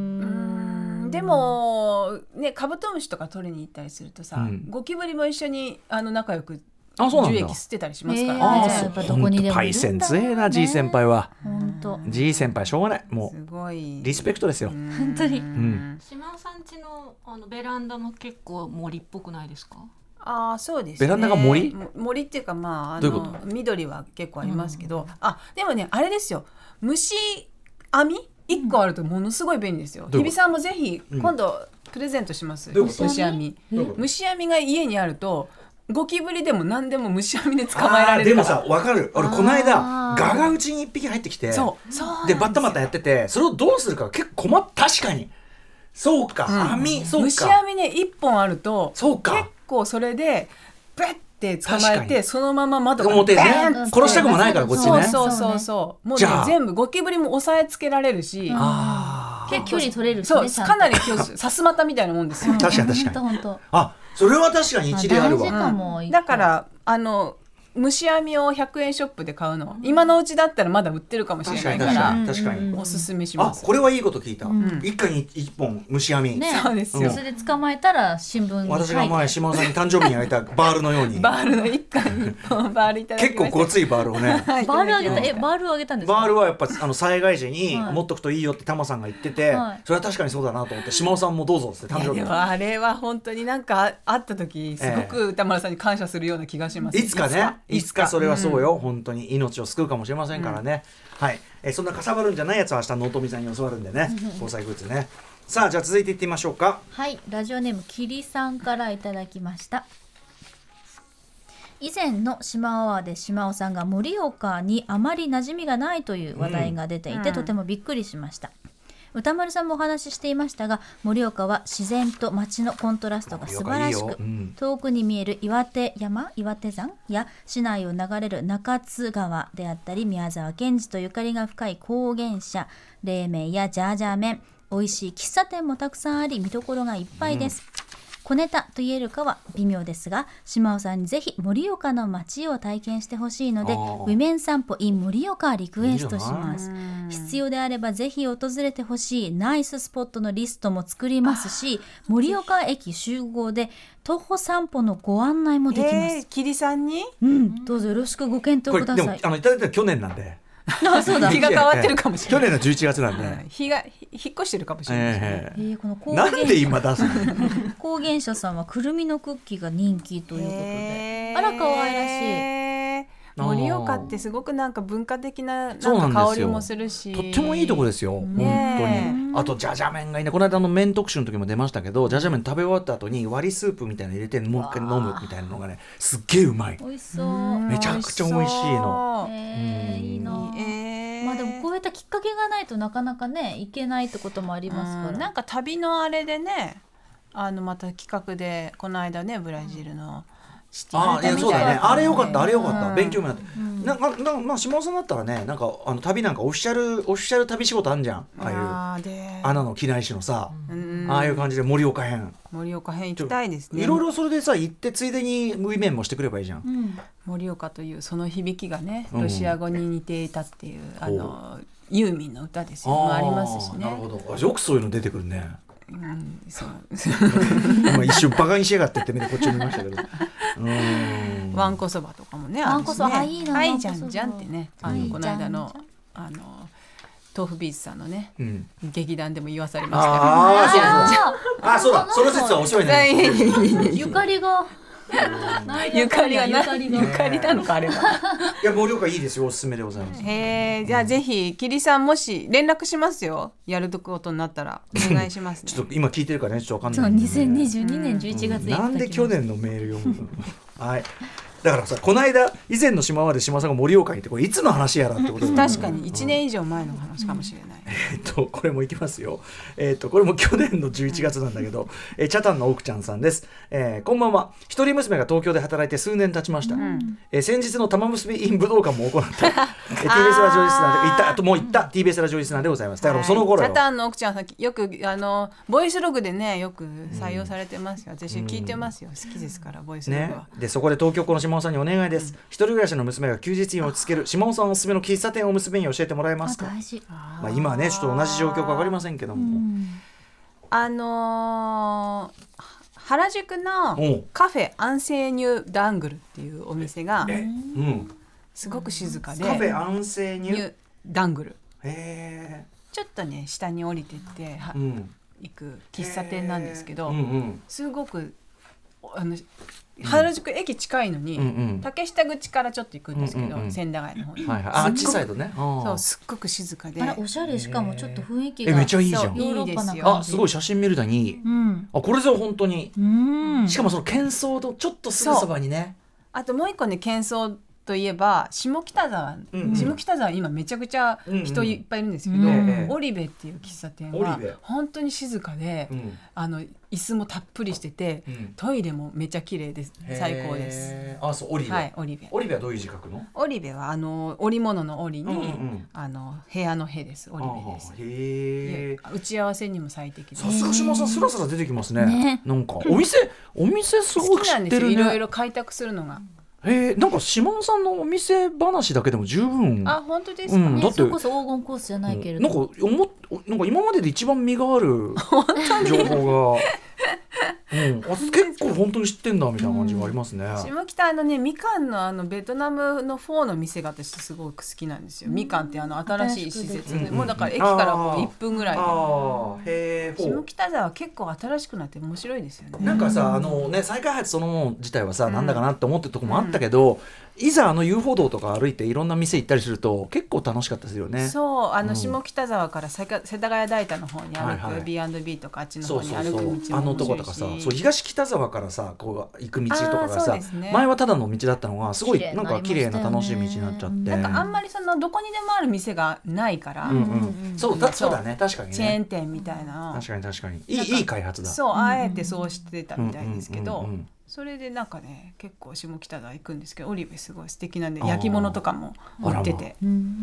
[SPEAKER 4] でもねカブトムシとか取りに行ったりするとさ、
[SPEAKER 1] うん
[SPEAKER 4] ゴキブリも一緒にあの仲良く
[SPEAKER 1] あそうなん
[SPEAKER 4] 樹
[SPEAKER 1] だ
[SPEAKER 4] 液吸ってたりしますから
[SPEAKER 2] へ
[SPEAKER 4] ね
[SPEAKER 2] ー
[SPEAKER 1] ああ
[SPEAKER 2] じゃあ
[SPEAKER 1] そ
[SPEAKER 2] や
[SPEAKER 1] う
[SPEAKER 2] っぱどこにでもいるん
[SPEAKER 1] ほ
[SPEAKER 2] だね
[SPEAKER 1] んとパイセン強えな G 先輩は
[SPEAKER 2] 本当
[SPEAKER 1] G 先輩しょうがないも
[SPEAKER 4] すご
[SPEAKER 1] う
[SPEAKER 4] い
[SPEAKER 1] リスペクトですよ、うん
[SPEAKER 2] 本当に
[SPEAKER 5] 島尾さん家のあのベランダも結構森っぽくないですか？
[SPEAKER 4] ああそうですね
[SPEAKER 1] ベランダが森
[SPEAKER 4] も森っていうかまああ
[SPEAKER 1] どういうこ
[SPEAKER 4] の緑は結構ありますけど、あでもねあれですよ虫網一個あるとものすごい便利ですよ
[SPEAKER 1] どういうこと
[SPEAKER 4] 日比さんもぜひ
[SPEAKER 1] ん
[SPEAKER 4] 今度プレゼントします、
[SPEAKER 1] どういうこと
[SPEAKER 4] 虫網
[SPEAKER 1] どういうこと
[SPEAKER 4] 虫網が家にあるとゴキブリでも何でも虫網で捕まえられ
[SPEAKER 1] で
[SPEAKER 4] るか
[SPEAKER 1] も
[SPEAKER 4] ら
[SPEAKER 1] さわかる俺この間
[SPEAKER 2] あー
[SPEAKER 1] ガがうちに一匹入ってきて
[SPEAKER 4] そうそうなん
[SPEAKER 1] です
[SPEAKER 4] よ
[SPEAKER 1] バッタバタやっててそれをどうするか結構困った確かにそうか、網そう
[SPEAKER 4] 虫
[SPEAKER 1] か
[SPEAKER 4] 網ね一本あると
[SPEAKER 1] そうか
[SPEAKER 4] 結構それでブッて捕まえ
[SPEAKER 1] 確かに
[SPEAKER 4] てそのまま窓から
[SPEAKER 1] 表ね
[SPEAKER 4] バーンって
[SPEAKER 1] 殺したくもないからこっち
[SPEAKER 4] そう
[SPEAKER 1] ね
[SPEAKER 4] そうそうそうもう
[SPEAKER 1] じ
[SPEAKER 4] ね
[SPEAKER 1] ゃあ
[SPEAKER 4] 全部ゴキブリも押さえつけられるし
[SPEAKER 1] あ
[SPEAKER 2] で距離取れるし
[SPEAKER 4] そう
[SPEAKER 2] ねちゃんと
[SPEAKER 4] かなり今日さすまたみたいなもんですよ
[SPEAKER 1] ー確かに確かに
[SPEAKER 2] 本当本
[SPEAKER 1] あそれは確かに
[SPEAKER 2] 当
[SPEAKER 1] 一理ある
[SPEAKER 2] 大事
[SPEAKER 1] わ
[SPEAKER 2] かも
[SPEAKER 4] だからあの虫網を100円ショップで買うの今のうちだったらまだ売ってるかもしれ
[SPEAKER 1] 確
[SPEAKER 4] な
[SPEAKER 1] か
[SPEAKER 4] い
[SPEAKER 1] に
[SPEAKER 4] か
[SPEAKER 1] 確からに確かに
[SPEAKER 4] おすすめしま
[SPEAKER 1] あ
[SPEAKER 4] す
[SPEAKER 1] これはいいこと聞いた、一家に一本虫網、
[SPEAKER 2] ね
[SPEAKER 4] そうですよ
[SPEAKER 2] それで捕まえたら新聞に書い
[SPEAKER 1] 私
[SPEAKER 2] て
[SPEAKER 1] が前島尾さんに誕生日にあげたバールのように
[SPEAKER 4] バールの一貫 に一本バールいただき
[SPEAKER 1] 結
[SPEAKER 4] ました
[SPEAKER 1] 構ごついバールをね
[SPEAKER 4] はい
[SPEAKER 2] バールあげた
[SPEAKER 4] いだきま
[SPEAKER 2] えバールをあげたんですか
[SPEAKER 1] バールはやっぱあの災害時に
[SPEAKER 2] はい
[SPEAKER 1] 持っとくといいよってタマさんが言ってて、
[SPEAKER 2] はい
[SPEAKER 1] それは確かにそうだなと思って島尾さんもどうぞっつって誕
[SPEAKER 4] いや
[SPEAKER 1] 生日
[SPEAKER 4] で
[SPEAKER 1] に
[SPEAKER 4] もあれは本当になんかあった時すごく歌丸さんに感謝するような気がします、
[SPEAKER 1] いつかねいつかそれはそうよ、本当に命を救うかもしれませんからね、はいえーそんなかさばるんじゃないやつは明日納富さんに教わるんでね防災グッズねさあじゃあ続いていってみましょうか
[SPEAKER 2] はい、ラジオネームキリさんからいただきました。以前の島アワーで島尾さんが盛岡にあまり馴染みがないという話題が出ていて、とてもびっくりしました。歌丸さんもお話ししていましたが盛岡は自然と街のコントラストが素晴らし
[SPEAKER 1] 盛
[SPEAKER 2] く
[SPEAKER 1] 岡いいようん
[SPEAKER 2] 遠くに見える岩手山岩手山や市内を流れる中津川であったり宮沢賢治とゆかりが深い高原社冷麺やジャージャー麺美味しい喫茶店もたくさんあり見どころがいっぱいです、小ネタと言えるかは微妙ですが島尾さんにぜひ盛岡の街を体験してほしいので
[SPEAKER 1] あ
[SPEAKER 2] 「
[SPEAKER 1] ー
[SPEAKER 2] ウィメン散歩 in 盛岡」リクエストし
[SPEAKER 1] いいん
[SPEAKER 2] ます必要であればぜひ訪れてほしいナイススポットのリストも作りますし盛岡駅集合で徒歩散歩のご案内もできます、
[SPEAKER 4] えー、キリさんに
[SPEAKER 2] うん、どうぞよろしくご検
[SPEAKER 1] これ
[SPEAKER 2] 討くだ
[SPEAKER 1] でも
[SPEAKER 2] さい
[SPEAKER 1] あのいただいたの去年なんで
[SPEAKER 2] あそうだ、
[SPEAKER 4] 気が変わってるかもしれ
[SPEAKER 1] 去
[SPEAKER 4] ない。
[SPEAKER 1] 年の11月なんで、
[SPEAKER 4] はい日がひ引っ越してるかもしれないですね。
[SPEAKER 1] え
[SPEAKER 2] えーこの
[SPEAKER 1] え
[SPEAKER 2] 高
[SPEAKER 1] な
[SPEAKER 2] 原
[SPEAKER 1] んで今出すの
[SPEAKER 2] 高原社さんはくるみのクッキーが人気ということで
[SPEAKER 4] へー
[SPEAKER 2] あら可愛らしい
[SPEAKER 1] あー
[SPEAKER 4] 盛岡ってすごくなんか文化的ななん
[SPEAKER 1] そうな
[SPEAKER 4] か
[SPEAKER 1] んですよ
[SPEAKER 4] 香りもするし
[SPEAKER 1] とってもいいとこですすよ、
[SPEAKER 4] ねえ
[SPEAKER 1] 本当にあとじゃじゃ麺がいいねこの間の麺特集の時も出ましたけどじゃじゃ麺食べ終わった後に割りスープみたいなの入れてもう一回飲むみたいなのがねすっげえうまい
[SPEAKER 2] 美味しそう
[SPEAKER 1] めちゃくちゃ美味しいの
[SPEAKER 2] えーいいなあ
[SPEAKER 4] えー、
[SPEAKER 2] まあでもこういったきっかけがないとなかなかね行けないってこともありますか
[SPEAKER 4] うん
[SPEAKER 2] ら
[SPEAKER 4] なんか旅のあれでねあのまた企画でこの間ねブラジルのシティ
[SPEAKER 1] ああいやそうだねあれよかったあれよかった、
[SPEAKER 4] うん
[SPEAKER 1] 勉強になって、なんかなまあ下尾さんだったらねなんかあの旅なんかオフィシャルオフィシャル旅仕事あんじゃんああいう
[SPEAKER 4] あーで
[SPEAKER 1] 穴の機内市のさ、
[SPEAKER 4] うん
[SPEAKER 1] ああいう感じで盛岡編
[SPEAKER 4] 盛岡編行きたいですね
[SPEAKER 1] いろいろそれでさ行ってついでに無イメンもしてくればいいじゃん、
[SPEAKER 2] うん
[SPEAKER 4] 盛岡というその響きがね
[SPEAKER 1] うん
[SPEAKER 4] ロシア語に似ていたっていう、あのユーミンの歌ですよも
[SPEAKER 1] あ
[SPEAKER 4] あ
[SPEAKER 1] ー
[SPEAKER 4] りますしね
[SPEAKER 1] なるほどあよくそういうの出てくるね
[SPEAKER 4] うん、そう
[SPEAKER 1] 今一瞬バカにしやがってって目でこっちを見ましたけど。うーん
[SPEAKER 4] わんこそばとかもね
[SPEAKER 2] わんこそば
[SPEAKER 4] ある
[SPEAKER 2] あい
[SPEAKER 4] し
[SPEAKER 2] い
[SPEAKER 4] ね
[SPEAKER 2] な
[SPEAKER 4] はいじゃんじゃんってねあ
[SPEAKER 2] わん
[SPEAKER 4] の
[SPEAKER 2] こ
[SPEAKER 4] こ
[SPEAKER 2] そば
[SPEAKER 4] の間
[SPEAKER 2] はい
[SPEAKER 4] の
[SPEAKER 2] じゃん
[SPEAKER 4] あの豆腐ビーズさんのね
[SPEAKER 1] うん。
[SPEAKER 4] 劇団でも言わされましたよ
[SPEAKER 1] ああ、そうだそうだ。
[SPEAKER 2] あ
[SPEAKER 1] あ、そうだ。その説は面白 いね。
[SPEAKER 2] ーゆかりが
[SPEAKER 4] ゆかりが
[SPEAKER 2] ゆ
[SPEAKER 4] な
[SPEAKER 2] かり
[SPEAKER 4] ゆかりなのかあれは。
[SPEAKER 1] いや、盛岡いいですよ。おすすめでございます。
[SPEAKER 4] へえじゃあぜひキリさんもし連絡しますよやるとことになったらお願いします、ね、
[SPEAKER 1] ちょっと今聞いてるからね、ちょっとわかん
[SPEAKER 2] そう
[SPEAKER 1] ないんでね。
[SPEAKER 2] 2022年11月
[SPEAKER 1] な
[SPEAKER 2] 1
[SPEAKER 1] ん
[SPEAKER 2] 日
[SPEAKER 1] で去年のメール読むのはい。だからさ、この間、以前の島まで島さんが盛岡に行って、これいつの話やらってことだよね
[SPEAKER 4] 確かに1年以上前の話かもしれない、
[SPEAKER 1] えっと、これもいきますよ。えっと、これも去年の11月なんだけど、えー、チャタンの奥ちゃんさんです。えーこんばんは。一人娘が東京で働いて数年経ちました。えー先日の玉結び in 武道館も行 った。えー TBS ラジオリスナーで、行った、あともう行った、TBS ラジオリスナーでございます。だからもうその頃
[SPEAKER 4] はい
[SPEAKER 1] よ。
[SPEAKER 4] チャタンの奥ちゃんさんよくあのボイスログでねよく採用されてますよ、私聞いてますよ好きですからボイスログは、
[SPEAKER 1] ね、でそこで東京この島尾さんにお願いです、一人暮らしの娘が休日に落ち着ける島尾さんおすすめの喫茶店を娘に教えてもらえますか
[SPEAKER 2] 大事
[SPEAKER 1] まあ、今はねちょっと同じ状況か分かりませんけども、
[SPEAKER 4] あのーは原宿
[SPEAKER 1] お
[SPEAKER 4] の
[SPEAKER 1] う
[SPEAKER 4] カフェ安静ニューダングルっていうお店が
[SPEAKER 1] うん、
[SPEAKER 4] すごく静かで
[SPEAKER 1] カフェ安静
[SPEAKER 4] ニュ
[SPEAKER 1] に
[SPEAKER 4] ーダングル
[SPEAKER 1] へ
[SPEAKER 4] ちょっとね下に降りてっては
[SPEAKER 1] ーうん
[SPEAKER 4] 行く喫茶店なんですけど、
[SPEAKER 1] うんうん
[SPEAKER 4] すごくあの原宿駅近いのに、
[SPEAKER 1] うんうん
[SPEAKER 4] 竹下口からちょっと行くんですけど、
[SPEAKER 1] うんうんうん
[SPEAKER 4] 千駄ヶ谷の方に、
[SPEAKER 1] はいはい、あっちサイドね。
[SPEAKER 4] そ
[SPEAKER 1] そう
[SPEAKER 4] すっごく静かで
[SPEAKER 2] あらおしゃれしかもちょっと雰囲気
[SPEAKER 1] え、
[SPEAKER 2] が
[SPEAKER 1] めっちゃいいじゃ
[SPEAKER 4] そ
[SPEAKER 1] ん
[SPEAKER 4] う。
[SPEAKER 2] ヨーロッパな感じ
[SPEAKER 1] あ、すごい写真見るだに。
[SPEAKER 2] うん
[SPEAKER 1] あ、これぞ本当に
[SPEAKER 2] う。ん
[SPEAKER 1] しかもその喧騒とちょっとすぐそばにね。
[SPEAKER 4] あともう一個ね喧騒といえば下北沢、
[SPEAKER 1] うんうん
[SPEAKER 4] 下北沢今めちゃくちゃ人いっぱいいるんですけど、
[SPEAKER 1] うんうん
[SPEAKER 4] オリベっていう喫茶店
[SPEAKER 1] オ
[SPEAKER 4] は
[SPEAKER 1] リベ
[SPEAKER 4] 本当に静かで、
[SPEAKER 1] ん。
[SPEAKER 4] あの椅子もたっぷりしてて、
[SPEAKER 1] ん
[SPEAKER 4] トイレもめちゃ綺麗です最高です。
[SPEAKER 1] へー。あ、そうオリベ。
[SPEAKER 4] はいオリベ
[SPEAKER 1] オリベはどういう字書くの？
[SPEAKER 4] オリベはあの織物の織に、
[SPEAKER 1] うんうんうん
[SPEAKER 4] あの部屋の部ですオリベです
[SPEAKER 1] あ。へえ。
[SPEAKER 4] 打ち合わせにも最適です
[SPEAKER 1] さすが島さん、スラスラ出てきますね
[SPEAKER 2] ね。
[SPEAKER 1] なんかお店お店すご
[SPEAKER 4] 好
[SPEAKER 1] く
[SPEAKER 4] き
[SPEAKER 1] 知
[SPEAKER 4] なん
[SPEAKER 1] っ
[SPEAKER 4] で
[SPEAKER 1] て
[SPEAKER 4] すよ
[SPEAKER 1] る
[SPEAKER 4] いろい
[SPEAKER 1] ね。
[SPEAKER 4] ろ開拓するのが、
[SPEAKER 1] えー、なんか島尾さんのお店話だけでも十分。
[SPEAKER 4] あ本当です
[SPEAKER 1] う
[SPEAKER 4] か、
[SPEAKER 1] ん、だ
[SPEAKER 2] ね
[SPEAKER 1] っ
[SPEAKER 2] そ
[SPEAKER 1] て
[SPEAKER 2] れ。こそ黄金コースじゃないけれど
[SPEAKER 1] なんか思っなんか今までで一番身がある情報が、うん、あ結構本当に知ってんだみたいな感じがありますね。
[SPEAKER 4] 下北のねみかんのあのベトナムのフォーの店が私すごく好きなんですよみかんってあの新しい施設で、
[SPEAKER 1] うん
[SPEAKER 4] もうだから駅から
[SPEAKER 1] あ
[SPEAKER 4] こう
[SPEAKER 1] ー
[SPEAKER 4] 1分ぐらいで
[SPEAKER 1] あーへえ。ほ
[SPEAKER 4] 下
[SPEAKER 1] う
[SPEAKER 4] 北沢結構新しくなって面白いですよね
[SPEAKER 1] なんかさあのね再開発そのもの自体はさ、なんだかなって思ってるとこもあったけど、いざあの遊歩道とか歩いていろんな店行ったりすると結構楽しかったですよね。
[SPEAKER 4] そうあ
[SPEAKER 1] うん
[SPEAKER 4] の下北沢から世田世田谷代田の方に
[SPEAKER 1] は
[SPEAKER 4] 歩
[SPEAKER 1] いはい
[SPEAKER 4] く B&B とかあっちの
[SPEAKER 1] そ
[SPEAKER 4] 方
[SPEAKER 1] う
[SPEAKER 4] に
[SPEAKER 1] そう
[SPEAKER 4] 歩く
[SPEAKER 1] そ
[SPEAKER 4] 道も
[SPEAKER 1] う
[SPEAKER 4] 面白いし
[SPEAKER 1] あのとことかさそう東北沢からさこう行く道とかが
[SPEAKER 4] あーそ
[SPEAKER 1] さ、
[SPEAKER 4] うですね
[SPEAKER 1] 前はただの道だったのがすごいなんか綺
[SPEAKER 2] 綺
[SPEAKER 1] 麗
[SPEAKER 2] 麗
[SPEAKER 1] な
[SPEAKER 2] な
[SPEAKER 1] 楽しい道になっちゃって
[SPEAKER 2] な
[SPEAKER 4] なんかあんまりそのどこにでもある店がないから、
[SPEAKER 1] うんうんそうだそうだね確かに
[SPEAKER 4] チェー
[SPEAKER 1] ね
[SPEAKER 4] ン店みたいなの
[SPEAKER 1] 確かに確かにいい
[SPEAKER 4] なんか
[SPEAKER 1] いい開発だ
[SPEAKER 4] そうあえてそうしてた
[SPEAKER 1] うん
[SPEAKER 4] みたいですけど、
[SPEAKER 1] うんうんうん
[SPEAKER 4] それでなんかね結構下北沢行くんですけどオリーブすごい素敵なんで
[SPEAKER 1] あー
[SPEAKER 4] 焼き物とかも売ってて
[SPEAKER 1] えー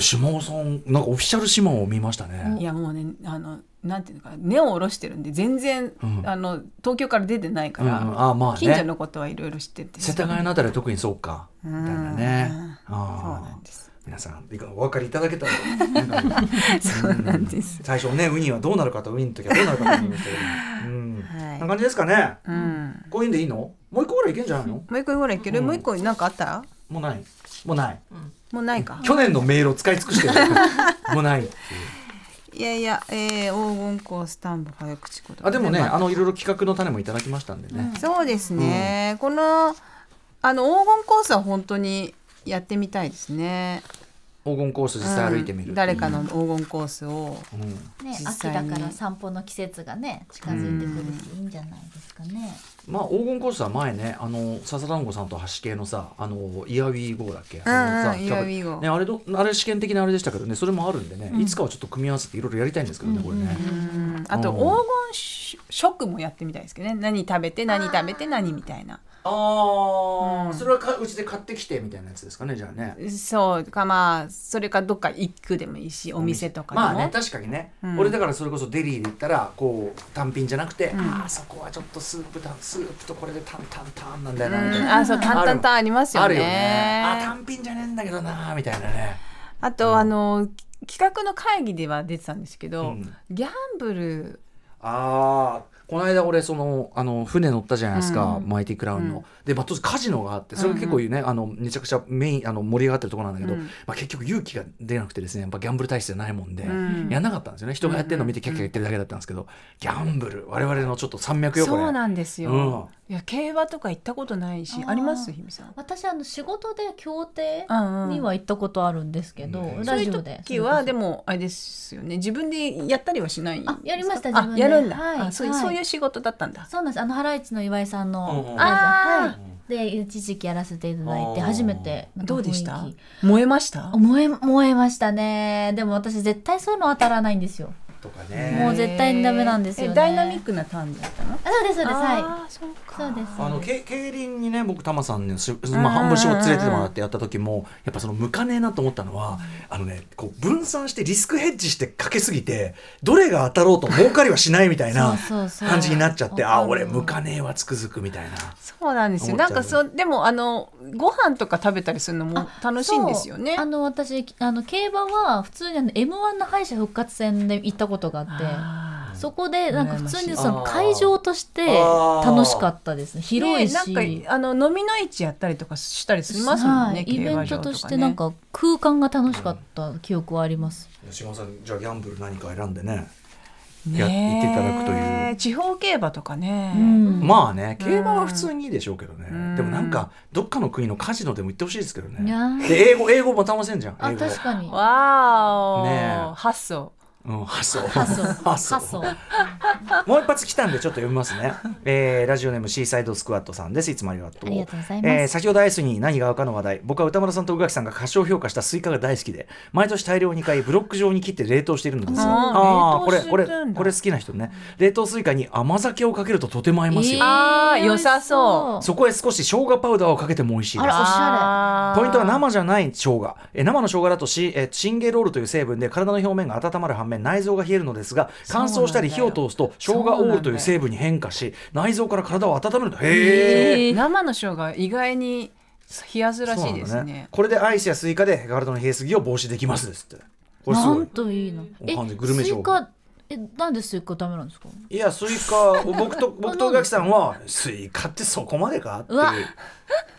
[SPEAKER 1] 島尾さんなんかオフィシャル島尾を見ましたね
[SPEAKER 4] いやもうねあのなんていうのか根を下ろしてるんで全然、
[SPEAKER 1] うん
[SPEAKER 4] あの東京から出てないか
[SPEAKER 1] うんう
[SPEAKER 4] ら、
[SPEAKER 1] んあーまあ
[SPEAKER 4] 近所
[SPEAKER 1] ね
[SPEAKER 4] のことはいろいろ知ってて
[SPEAKER 1] 世田谷のあたりは特にそうかみたいなね
[SPEAKER 4] うんそう
[SPEAKER 1] あ
[SPEAKER 4] な
[SPEAKER 1] ー
[SPEAKER 4] んです
[SPEAKER 1] 皆さんいかがお分かりいただけたら そうなんです最初ねウニはどうなるかとウニの時はどうなるかと思いましたけどうん
[SPEAKER 4] は
[SPEAKER 1] こん
[SPEAKER 4] い
[SPEAKER 1] な感じですかね
[SPEAKER 4] うん
[SPEAKER 1] こういうんでいいのもう一個ぐらいいけんじゃないの
[SPEAKER 4] もう一個ぐらいいける、
[SPEAKER 1] うん
[SPEAKER 4] もう一個なんかあった
[SPEAKER 1] もうないもうない
[SPEAKER 4] もうないか
[SPEAKER 1] 去年のメールを使い尽くしてるもうないっていう
[SPEAKER 4] いやいや、えー、黄金校スタンプ早口言葉
[SPEAKER 1] あでもね
[SPEAKER 4] ま
[SPEAKER 1] あのいろいろ企画の種もいただきましたんでね、
[SPEAKER 4] そうですね、このあの黄金コースは本当にやってみたいですね
[SPEAKER 1] 黄金コース実際歩いてみる、
[SPEAKER 4] うん誰かの黄金コースを
[SPEAKER 1] うん
[SPEAKER 2] ね、
[SPEAKER 4] 実
[SPEAKER 2] 秋
[SPEAKER 4] 際に
[SPEAKER 2] だから散歩の季節がね近づいてくるし、いいんじゃないですかね。
[SPEAKER 1] まあ黄金コースは前ねあの笹団子さんと橋系のさあのイヤウィーゴーだっけあのさ
[SPEAKER 4] うんうん
[SPEAKER 1] キャバ
[SPEAKER 4] Here We Go
[SPEAKER 1] ねあれどあれ試験的なあれでしたけどねそれもあるんでね、いつかはちょっと組み合わせていろいろやりたいんですけどね、これね、
[SPEAKER 4] うんあと
[SPEAKER 1] うん
[SPEAKER 4] 黄金し食もやってみたいですけどね何食べて何食べて何みたいな
[SPEAKER 1] ああ、
[SPEAKER 4] うん
[SPEAKER 1] それはかうちで買ってきてみたいなやつですかねじゃあね
[SPEAKER 4] そうかまあそれかどっか行くでもいいしお店とかでも、
[SPEAKER 1] まあね確かにね、
[SPEAKER 4] うん
[SPEAKER 1] 俺だからそれこそデリーで行ったらこう単品じゃなくて、ああそこはちょっとスープだスープとこれでタンタンタンなんだよなみたい
[SPEAKER 4] うん
[SPEAKER 1] な、
[SPEAKER 4] あそうタンタンタンありますよね
[SPEAKER 1] あるよねあ単品じゃねえんだけどなみたいなね
[SPEAKER 4] あと、あのき企画の会議では出てたんですけ
[SPEAKER 1] う
[SPEAKER 4] ど、
[SPEAKER 1] ん
[SPEAKER 4] ギャンブル
[SPEAKER 1] ああこの間俺そのあの船乗ったじゃないですか、マイティクラウンの、で、まあ、当時カジノがあってそれが結構ね、あのめちゃくちゃメインあの盛り上がってるところなんだけど、まあ、結局勇気が出なくてですねやっぱギャンブル体質じゃないもんで、やんなかったんですよね人がやってるの見てキャッキャ言ってるだけだったんですけど、ギャンブル我々のちょっと山脈よこれ
[SPEAKER 4] そうなんですよ、
[SPEAKER 1] う
[SPEAKER 4] いや競馬とか行ったことないし
[SPEAKER 2] あー
[SPEAKER 4] ありますひみさん
[SPEAKER 2] 私あの仕事で競艇
[SPEAKER 4] うんうん
[SPEAKER 2] には行ったことあるんですけど、
[SPEAKER 4] そう
[SPEAKER 2] ラ
[SPEAKER 4] い
[SPEAKER 2] ジ
[SPEAKER 4] う
[SPEAKER 2] オで。
[SPEAKER 4] 時はでもあれですよね自分でやったりはしないんですか
[SPEAKER 2] あやりました
[SPEAKER 4] あ
[SPEAKER 2] 自分で
[SPEAKER 4] やるんだ、
[SPEAKER 2] はい
[SPEAKER 4] あそういう
[SPEAKER 2] はい
[SPEAKER 4] そういう仕事だったんだ
[SPEAKER 2] そうなんですあのハライチの岩井さん
[SPEAKER 1] うんうん
[SPEAKER 2] の、
[SPEAKER 4] あ
[SPEAKER 2] はい、で一時期やらせていただいて
[SPEAKER 1] あー
[SPEAKER 2] 初めてなんか雰
[SPEAKER 4] どう
[SPEAKER 2] 囲気
[SPEAKER 4] でした燃えました
[SPEAKER 2] 燃え燃えましたねでも私絶対そういうの当たらないんですよ
[SPEAKER 1] とか
[SPEAKER 2] も
[SPEAKER 1] ね
[SPEAKER 2] う絶対にダメなんですよね
[SPEAKER 4] えダイナミックなターンだったの
[SPEAKER 2] あそうですそうですは
[SPEAKER 4] あーそう
[SPEAKER 2] い
[SPEAKER 4] か
[SPEAKER 2] そうです
[SPEAKER 1] あのけ競輪にね僕タマさんに、しまあ、半分仕事連れてってもらってやった時もやっぱその向かねえなと思ったのはあのねこう分散してリスクヘッジしてかけすぎてどれが当たろうと儲かりはしないみたいな
[SPEAKER 2] そうそうそう
[SPEAKER 1] 感じになっちゃってあ
[SPEAKER 2] わかる
[SPEAKER 1] 俺向かねえはつくづくみたいな。
[SPEAKER 4] そうなんですよ
[SPEAKER 1] 思っ
[SPEAKER 4] な
[SPEAKER 1] ちゃうん
[SPEAKER 4] かそうでもあのご飯とか食べたりするのも楽しいんですよね
[SPEAKER 2] そうあの私あの競馬は普通にあの m 1の敗者復活戦で行ったことがあってそこでなんか普通にその
[SPEAKER 1] あー
[SPEAKER 2] 会場として
[SPEAKER 1] あー
[SPEAKER 2] 楽しかったですね広いし、
[SPEAKER 4] ねなんかあの飲みの市やったりとかしたりしますもん
[SPEAKER 2] は
[SPEAKER 4] ね、
[SPEAKER 2] い、イ
[SPEAKER 4] 競
[SPEAKER 2] ベ
[SPEAKER 4] 馬
[SPEAKER 2] ン
[SPEAKER 4] 場
[SPEAKER 2] ト
[SPEAKER 4] か
[SPEAKER 2] と
[SPEAKER 4] ね
[SPEAKER 2] してなんか空間が楽しかった記憶はあります。
[SPEAKER 1] 吉本さんじゃあギャンブル何か選んでね
[SPEAKER 4] ね
[SPEAKER 1] やっていただくという
[SPEAKER 4] 地方競馬とかね、
[SPEAKER 2] うん
[SPEAKER 1] まあね競馬は普通にいいでしょうけどね、
[SPEAKER 4] うん
[SPEAKER 1] でもなんかどっかの国のカジノでも行ってほしいですけど
[SPEAKER 2] いや
[SPEAKER 1] ね
[SPEAKER 2] ー
[SPEAKER 1] で英語英語も楽しいんじゃん
[SPEAKER 2] あ
[SPEAKER 1] 英語
[SPEAKER 2] 確かに。
[SPEAKER 4] わーお、
[SPEAKER 1] ねえ
[SPEAKER 4] 発想
[SPEAKER 1] うん、発想。
[SPEAKER 2] 発想
[SPEAKER 1] 発想
[SPEAKER 2] 発想
[SPEAKER 1] もう一発来たんでちょっと読みます ね。えーラジオネームシーサイドスクワットさんです。いつもありがとう。
[SPEAKER 2] ありがとうございます。
[SPEAKER 1] えー先ほどアイスに何が合うかの話題。僕は歌丸さんと宇垣さんが過小評価したスイカが大好きで、毎年大量に買い、ブロック状に切って冷凍しているのですが、
[SPEAKER 4] あー
[SPEAKER 1] ーこれ、
[SPEAKER 4] 冷凍
[SPEAKER 1] これ、
[SPEAKER 4] してるんだ
[SPEAKER 1] これ好きな人ね。冷凍スイカに甘酒をかけるととても合いますよ。
[SPEAKER 4] あー良さそう
[SPEAKER 1] そこへ少し生姜パウダーをかけても美味しいです
[SPEAKER 2] あ。らおしゃ
[SPEAKER 1] ポイントは生じゃない生姜えー生の生姜だとし、えーチンゲロールという成分で体の表面が温まる反面内臓が冷えるのですが乾燥したり火を通すと生姜オールという成分に変化し内臓から体を温めるとへえ
[SPEAKER 2] れ。
[SPEAKER 4] 生の生姜意外に冷やすらしいですね
[SPEAKER 1] これでアイスやスイカで体の冷えすぎを防止できますですってこれす
[SPEAKER 2] な
[SPEAKER 1] ごい
[SPEAKER 2] んといいの。え
[SPEAKER 1] 完全にグルメ
[SPEAKER 2] ス
[SPEAKER 1] 情報
[SPEAKER 2] イカえなんでスイカダメなんですか。
[SPEAKER 1] いやスイカ僕 と僕と宇垣さんはスイカってそこまでかっていう
[SPEAKER 2] うわ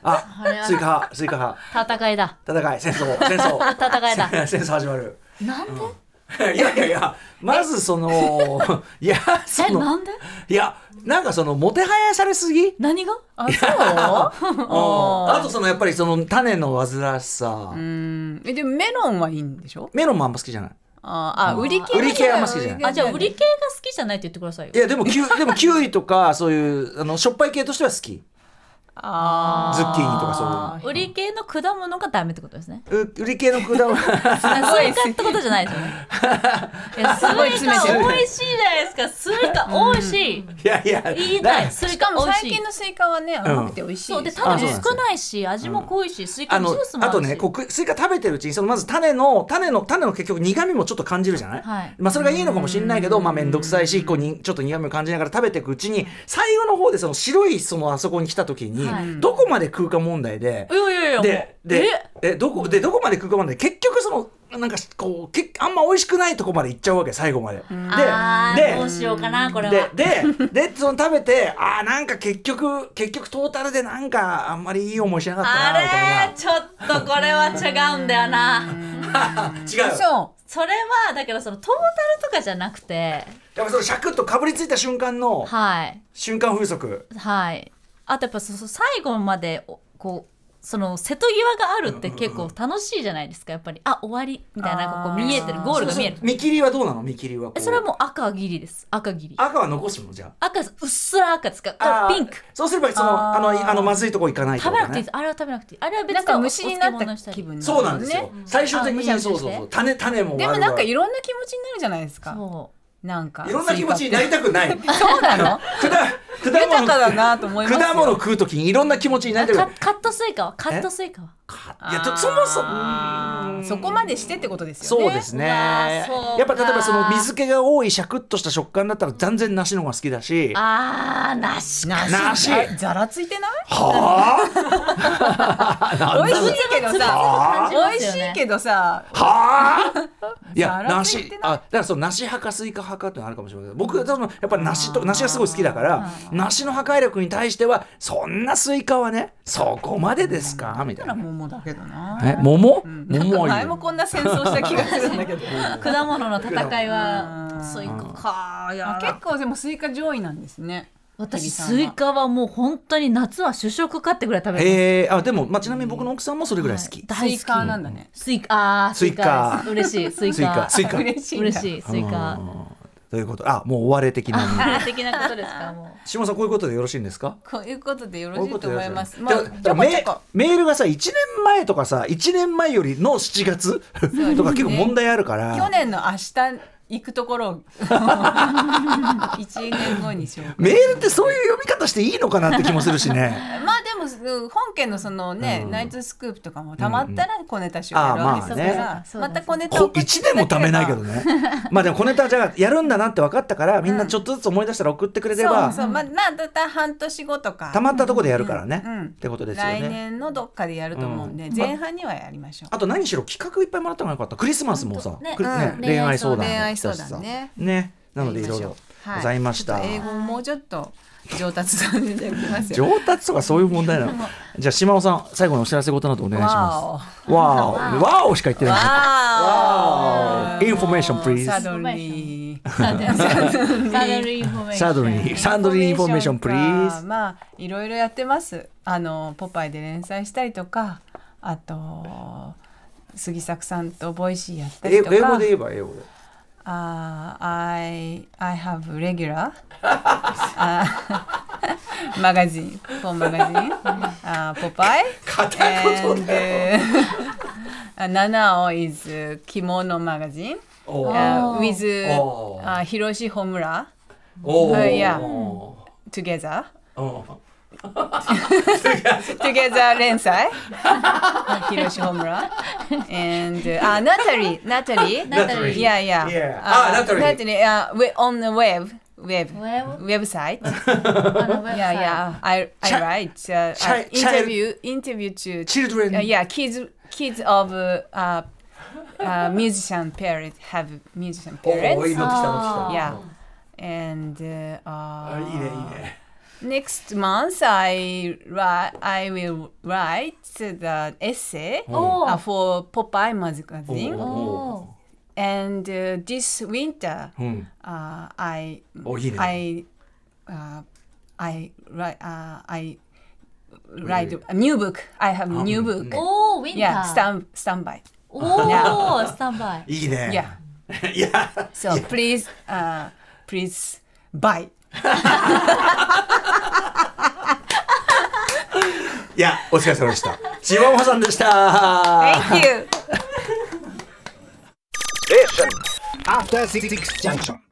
[SPEAKER 1] あスイカ派スイカ派
[SPEAKER 2] 戦いだ。
[SPEAKER 1] 戦い戦争戦争
[SPEAKER 2] 戦いだ。
[SPEAKER 1] 戦争始まる
[SPEAKER 2] なんで？
[SPEAKER 1] いやいやいやまずそ のいやそ
[SPEAKER 2] えな
[SPEAKER 1] の
[SPEAKER 2] んで
[SPEAKER 1] いやなんかそのもてはやされすぎ
[SPEAKER 2] 何が
[SPEAKER 4] あそう
[SPEAKER 1] うんあとそのやっぱりその種の煩わしさ、
[SPEAKER 4] うんえでもメロンはいいんでしょ
[SPEAKER 1] メロンもあんま好きじゃない
[SPEAKER 4] あーあ売り系
[SPEAKER 1] 売り系はあんま好きじゃない
[SPEAKER 2] あじゃあ売り系が好きじゃないって言ってくださいよ
[SPEAKER 1] いやでも キュでもキウイとかそういうあのしょっぱい系としては好き
[SPEAKER 4] あ
[SPEAKER 1] ズッキーニとかそう
[SPEAKER 2] 売り系の果物がダメってことで すね
[SPEAKER 1] う売り系の果物
[SPEAKER 2] スイカってことじゃないです よねいやスイカ美味しいじゃないですかスイカ美味しい
[SPEAKER 1] いやいや
[SPEAKER 2] 言い
[SPEAKER 1] な
[SPEAKER 2] たいスイ
[SPEAKER 4] し
[SPEAKER 2] カ
[SPEAKER 4] かも
[SPEAKER 2] 美味
[SPEAKER 4] 最
[SPEAKER 2] しい
[SPEAKER 4] 近のスイカはね甘くて美味しい
[SPEAKER 2] そうで
[SPEAKER 4] です
[SPEAKER 2] 種も
[SPEAKER 1] あそうなんですよ
[SPEAKER 2] 少ないし味も濃いしスイカ
[SPEAKER 1] あ
[SPEAKER 2] の
[SPEAKER 1] の
[SPEAKER 2] ジュースもあ
[SPEAKER 1] あ
[SPEAKER 2] るし
[SPEAKER 1] とねこうくスイカ食べてるうちにそのまず種の種の種の結局苦味もちょっと感じるじゃない、
[SPEAKER 2] はい
[SPEAKER 1] まあ、それがいいのかもしれないけどまあ、面倒くさいしこうにちょっと苦味を感じながら食べていくうちに最後の方でその白いそのあそこに来た時に、
[SPEAKER 2] はい
[SPEAKER 1] どこまで食うか問題で。
[SPEAKER 2] いやいやいや
[SPEAKER 1] ででえどこでどこまで食うかまで結局そのなんかこうけあんま美味しくないとこまで行っちゃうわけ最後まで。
[SPEAKER 2] あ
[SPEAKER 1] で
[SPEAKER 2] ーどうしようかなこれ
[SPEAKER 1] で
[SPEAKER 2] は
[SPEAKER 1] ででその食べてあーなんか結局結局トータルでなんかあんまりいい思いしなかった
[SPEAKER 2] あ
[SPEAKER 1] なみたい
[SPEAKER 2] れーちょっとこれは違うんだよな
[SPEAKER 1] な 違う
[SPEAKER 4] そう
[SPEAKER 2] それはだからそのトータルとかじゃなくて
[SPEAKER 1] やっぱそのシャクッとかぶりついた瞬間の
[SPEAKER 2] はい
[SPEAKER 1] 瞬間風速
[SPEAKER 2] はいあとやっぱそそ最後までおこうその瀬戸際があるって結構楽しいじゃないですかやっぱりあ終わりみたいなこう見えてるゴールが見える
[SPEAKER 1] 見切りはどうなの見切りはこ
[SPEAKER 2] えそれはもう赤切りです赤切り
[SPEAKER 1] 赤は残すのじゃ
[SPEAKER 2] 赤ですうっすら赤ですか
[SPEAKER 1] あ
[SPEAKER 2] ら
[SPEAKER 1] あー
[SPEAKER 2] ピンク
[SPEAKER 1] そうすればそのあのいあのまずいとこ行かないって
[SPEAKER 2] 食
[SPEAKER 1] こ
[SPEAKER 2] べ
[SPEAKER 1] と
[SPEAKER 2] なくていい
[SPEAKER 1] ね
[SPEAKER 2] ですあれは食べなくていいあれは別
[SPEAKER 4] なん
[SPEAKER 2] に
[SPEAKER 4] か虫になっ
[SPEAKER 2] お漬物
[SPEAKER 4] た
[SPEAKER 2] り
[SPEAKER 4] 気分にる
[SPEAKER 1] そうなんですよ、最終的
[SPEAKER 2] あむ
[SPEAKER 1] に
[SPEAKER 2] しゃむしゃ
[SPEAKER 1] そうそう
[SPEAKER 2] し
[SPEAKER 1] そう
[SPEAKER 2] て
[SPEAKER 1] 種種も
[SPEAKER 4] でも
[SPEAKER 1] 悪
[SPEAKER 4] なんか
[SPEAKER 1] 々
[SPEAKER 4] いろんな気持ちになるじゃないですか
[SPEAKER 2] そ
[SPEAKER 4] なんか
[SPEAKER 1] いろんな気持ちになりたく ない果
[SPEAKER 4] そうなの
[SPEAKER 1] 果物
[SPEAKER 4] 豊かだなと思いますよ
[SPEAKER 1] 果物食うときにいろんな気持ちにな
[SPEAKER 2] う
[SPEAKER 1] りたくな
[SPEAKER 2] カ
[SPEAKER 1] い
[SPEAKER 2] カットスイカはカットスイ カはい
[SPEAKER 1] やとそもそも
[SPEAKER 4] もそこまでしてってことですよね
[SPEAKER 1] そうですね。や
[SPEAKER 2] そうか
[SPEAKER 1] っぱ例えばその水気が多いシャクッとした食感だったら断然梨の方が好きだし。は
[SPEAKER 2] あーなしか
[SPEAKER 1] 梨
[SPEAKER 4] あざらついてない
[SPEAKER 1] あ。
[SPEAKER 4] 美味しいけど
[SPEAKER 2] あ
[SPEAKER 4] さ
[SPEAKER 2] ー
[SPEAKER 4] 美味しいけどさ
[SPEAKER 1] はあ。いや
[SPEAKER 4] ざらつい
[SPEAKER 1] 梨
[SPEAKER 4] てない
[SPEAKER 1] あだからその梨派かスイカ派かってのあるかもしれないけど僕多分やっぱ梨と梨がすごい好きだから梨の破壊力に対してはそんなスイカはねそこまでですかみたいな。
[SPEAKER 4] 桃だけどな
[SPEAKER 1] え桃
[SPEAKER 4] なん
[SPEAKER 1] 桃
[SPEAKER 4] か
[SPEAKER 1] はいい
[SPEAKER 4] 前
[SPEAKER 1] よ
[SPEAKER 4] も。こんな戦争した気がするんだけど
[SPEAKER 2] 果物の戦いはスイカかーい や
[SPEAKER 4] あ結構でもスイカ上位なんですね
[SPEAKER 2] 私
[SPEAKER 4] 日比さんは
[SPEAKER 2] スイカはもう本当に夏は主食かってぐらい食べてます
[SPEAKER 1] えー、あでも、まあ、ちなみに僕の奥さんもそれぐらい好き。
[SPEAKER 2] 大
[SPEAKER 4] ス
[SPEAKER 2] 好
[SPEAKER 4] イ
[SPEAKER 2] き
[SPEAKER 4] カなんだね
[SPEAKER 2] スイカあースイカです嬉しいスイ
[SPEAKER 1] スイカ
[SPEAKER 2] カ
[SPEAKER 1] スイカ。
[SPEAKER 4] 嬉しいんだ
[SPEAKER 2] 嬉しいスイカ
[SPEAKER 1] ということあもう終われ的な。
[SPEAKER 2] あれ的なことですかもう
[SPEAKER 1] 島さんこういうことでよろしいんですか
[SPEAKER 4] こういうことでよ
[SPEAKER 1] こ
[SPEAKER 4] ろ
[SPEAKER 1] う
[SPEAKER 4] し
[SPEAKER 1] うこ
[SPEAKER 4] いと
[SPEAKER 1] で
[SPEAKER 4] 思
[SPEAKER 1] ろし
[SPEAKER 4] い
[SPEAKER 1] ね
[SPEAKER 4] ます。
[SPEAKER 1] だだからメメールがさ1年前とかさ1年前よりの7月とか結構問題あるから
[SPEAKER 4] 去年の明日行くとこ ろを一年後にしよう。
[SPEAKER 1] メールってそういう読み方していいのかなって気もするし ね
[SPEAKER 4] まあでもうん本家のそのね、ナイトスクープとかもたまったら小ネタ集を
[SPEAKER 1] あ
[SPEAKER 4] や
[SPEAKER 1] あ
[SPEAKER 4] るわけですか
[SPEAKER 1] ま
[SPEAKER 2] あね
[SPEAKER 4] ら、
[SPEAKER 2] そうだ
[SPEAKER 4] また小ネタを
[SPEAKER 1] こ
[SPEAKER 4] 送ってい
[SPEAKER 1] 1
[SPEAKER 4] た
[SPEAKER 1] 年
[SPEAKER 4] だ
[SPEAKER 1] もた
[SPEAKER 4] れば
[SPEAKER 1] めないけどねまあでも小ネタじゃあやるんだなって分かったからみんなちょっとずつ思い出したら送ってくれれば
[SPEAKER 4] そうそう、まあ、まあだいたい半年後とか
[SPEAKER 1] たまったとこでやるからね、
[SPEAKER 4] うんうん
[SPEAKER 1] ってことですよ
[SPEAKER 4] 来
[SPEAKER 1] ね
[SPEAKER 4] 年のどっかでやると思うんで、前半にはやりましょう
[SPEAKER 1] あと何しろ企画いっぱいもらった方がよかったクリスマスもさ、
[SPEAKER 2] ね
[SPEAKER 1] く
[SPEAKER 2] うん
[SPEAKER 1] ね
[SPEAKER 2] 恋
[SPEAKER 1] 恋
[SPEAKER 2] 愛
[SPEAKER 1] 愛
[SPEAKER 2] 相
[SPEAKER 1] 相
[SPEAKER 2] 談
[SPEAKER 1] 談
[SPEAKER 4] 恋愛相談ね
[SPEAKER 1] ねなのでいろい
[SPEAKER 4] やり
[SPEAKER 1] ろ
[SPEAKER 4] ましょう
[SPEAKER 1] ございました、
[SPEAKER 4] はい、ちょっと英語もうちょっと上達させていただきますよ
[SPEAKER 1] 上達とかそういう問題なの。じゃあ島尾さん最後にお知らせ事などお願いしま
[SPEAKER 4] わ
[SPEAKER 1] す。わおわおしか言 ってない。
[SPEAKER 4] あ
[SPEAKER 1] わおインフォメーションプリ
[SPEAKER 4] サ
[SPEAKER 1] ーズ。
[SPEAKER 4] ドリー
[SPEAKER 2] サドリーインフォメーション
[SPEAKER 1] サド リーサドリーインフォメーションプリーズ。
[SPEAKER 4] まあいろいろやってますあのポパイで連載したりとかあと杉作さんとボイシーやったり
[SPEAKER 1] 英
[SPEAKER 4] とか
[SPEAKER 1] 語で言えば英語で。
[SPEAKER 4] あー I, I have regular マガジンポンマガジンあポパイ片言だよ Nanao is 着物マガジン
[SPEAKER 1] お
[SPEAKER 4] uh, with
[SPEAKER 1] おー
[SPEAKER 4] uh, 広志ホムラ
[SPEAKER 1] お
[SPEAKER 4] ーいや
[SPEAKER 1] お
[SPEAKER 4] together
[SPEAKER 1] ー
[SPEAKER 4] together 連載広島村 and あ、uh, Natalie Natalie
[SPEAKER 1] Natalie.
[SPEAKER 4] yeah yeah
[SPEAKER 1] Yeah.
[SPEAKER 4] Uh,
[SPEAKER 1] Ah, Natalie.
[SPEAKER 4] Natalie uh, we on the web web
[SPEAKER 2] Web? あ
[SPEAKER 4] website
[SPEAKER 2] のウェブサイト
[SPEAKER 4] yeah yeah I I
[SPEAKER 1] Chi-
[SPEAKER 4] write uh,
[SPEAKER 1] chi-
[SPEAKER 4] uh, interview interview to
[SPEAKER 1] Children.
[SPEAKER 4] uh, yeah kids kids of uh, uh, uh, musician parents have musician
[SPEAKER 1] おーいい
[SPEAKER 4] parents
[SPEAKER 1] の来たの来た。
[SPEAKER 4] yeah and uh,
[SPEAKER 1] あいいねいい
[SPEAKER 4] uh,
[SPEAKER 1] ね。
[SPEAKER 4] Next month, I write, I will write the essay uh, for Popeye magazine.
[SPEAKER 1] おー
[SPEAKER 2] Oh.
[SPEAKER 4] And uh, this winter,
[SPEAKER 1] うん
[SPEAKER 4] uh, I
[SPEAKER 1] おいいね
[SPEAKER 4] I uh, I write uh, I write a new book. I have a new book.
[SPEAKER 2] おおウィンター
[SPEAKER 4] Yeah, stand stand by.
[SPEAKER 2] おおスタンバイ
[SPEAKER 1] いいね
[SPEAKER 4] Yeah.
[SPEAKER 1] いや
[SPEAKER 4] So please, uh, please buy.
[SPEAKER 1] いやお疲れ様でしたシマモハさんでした
[SPEAKER 4] Thank you.
[SPEAKER 6] After Six Junction.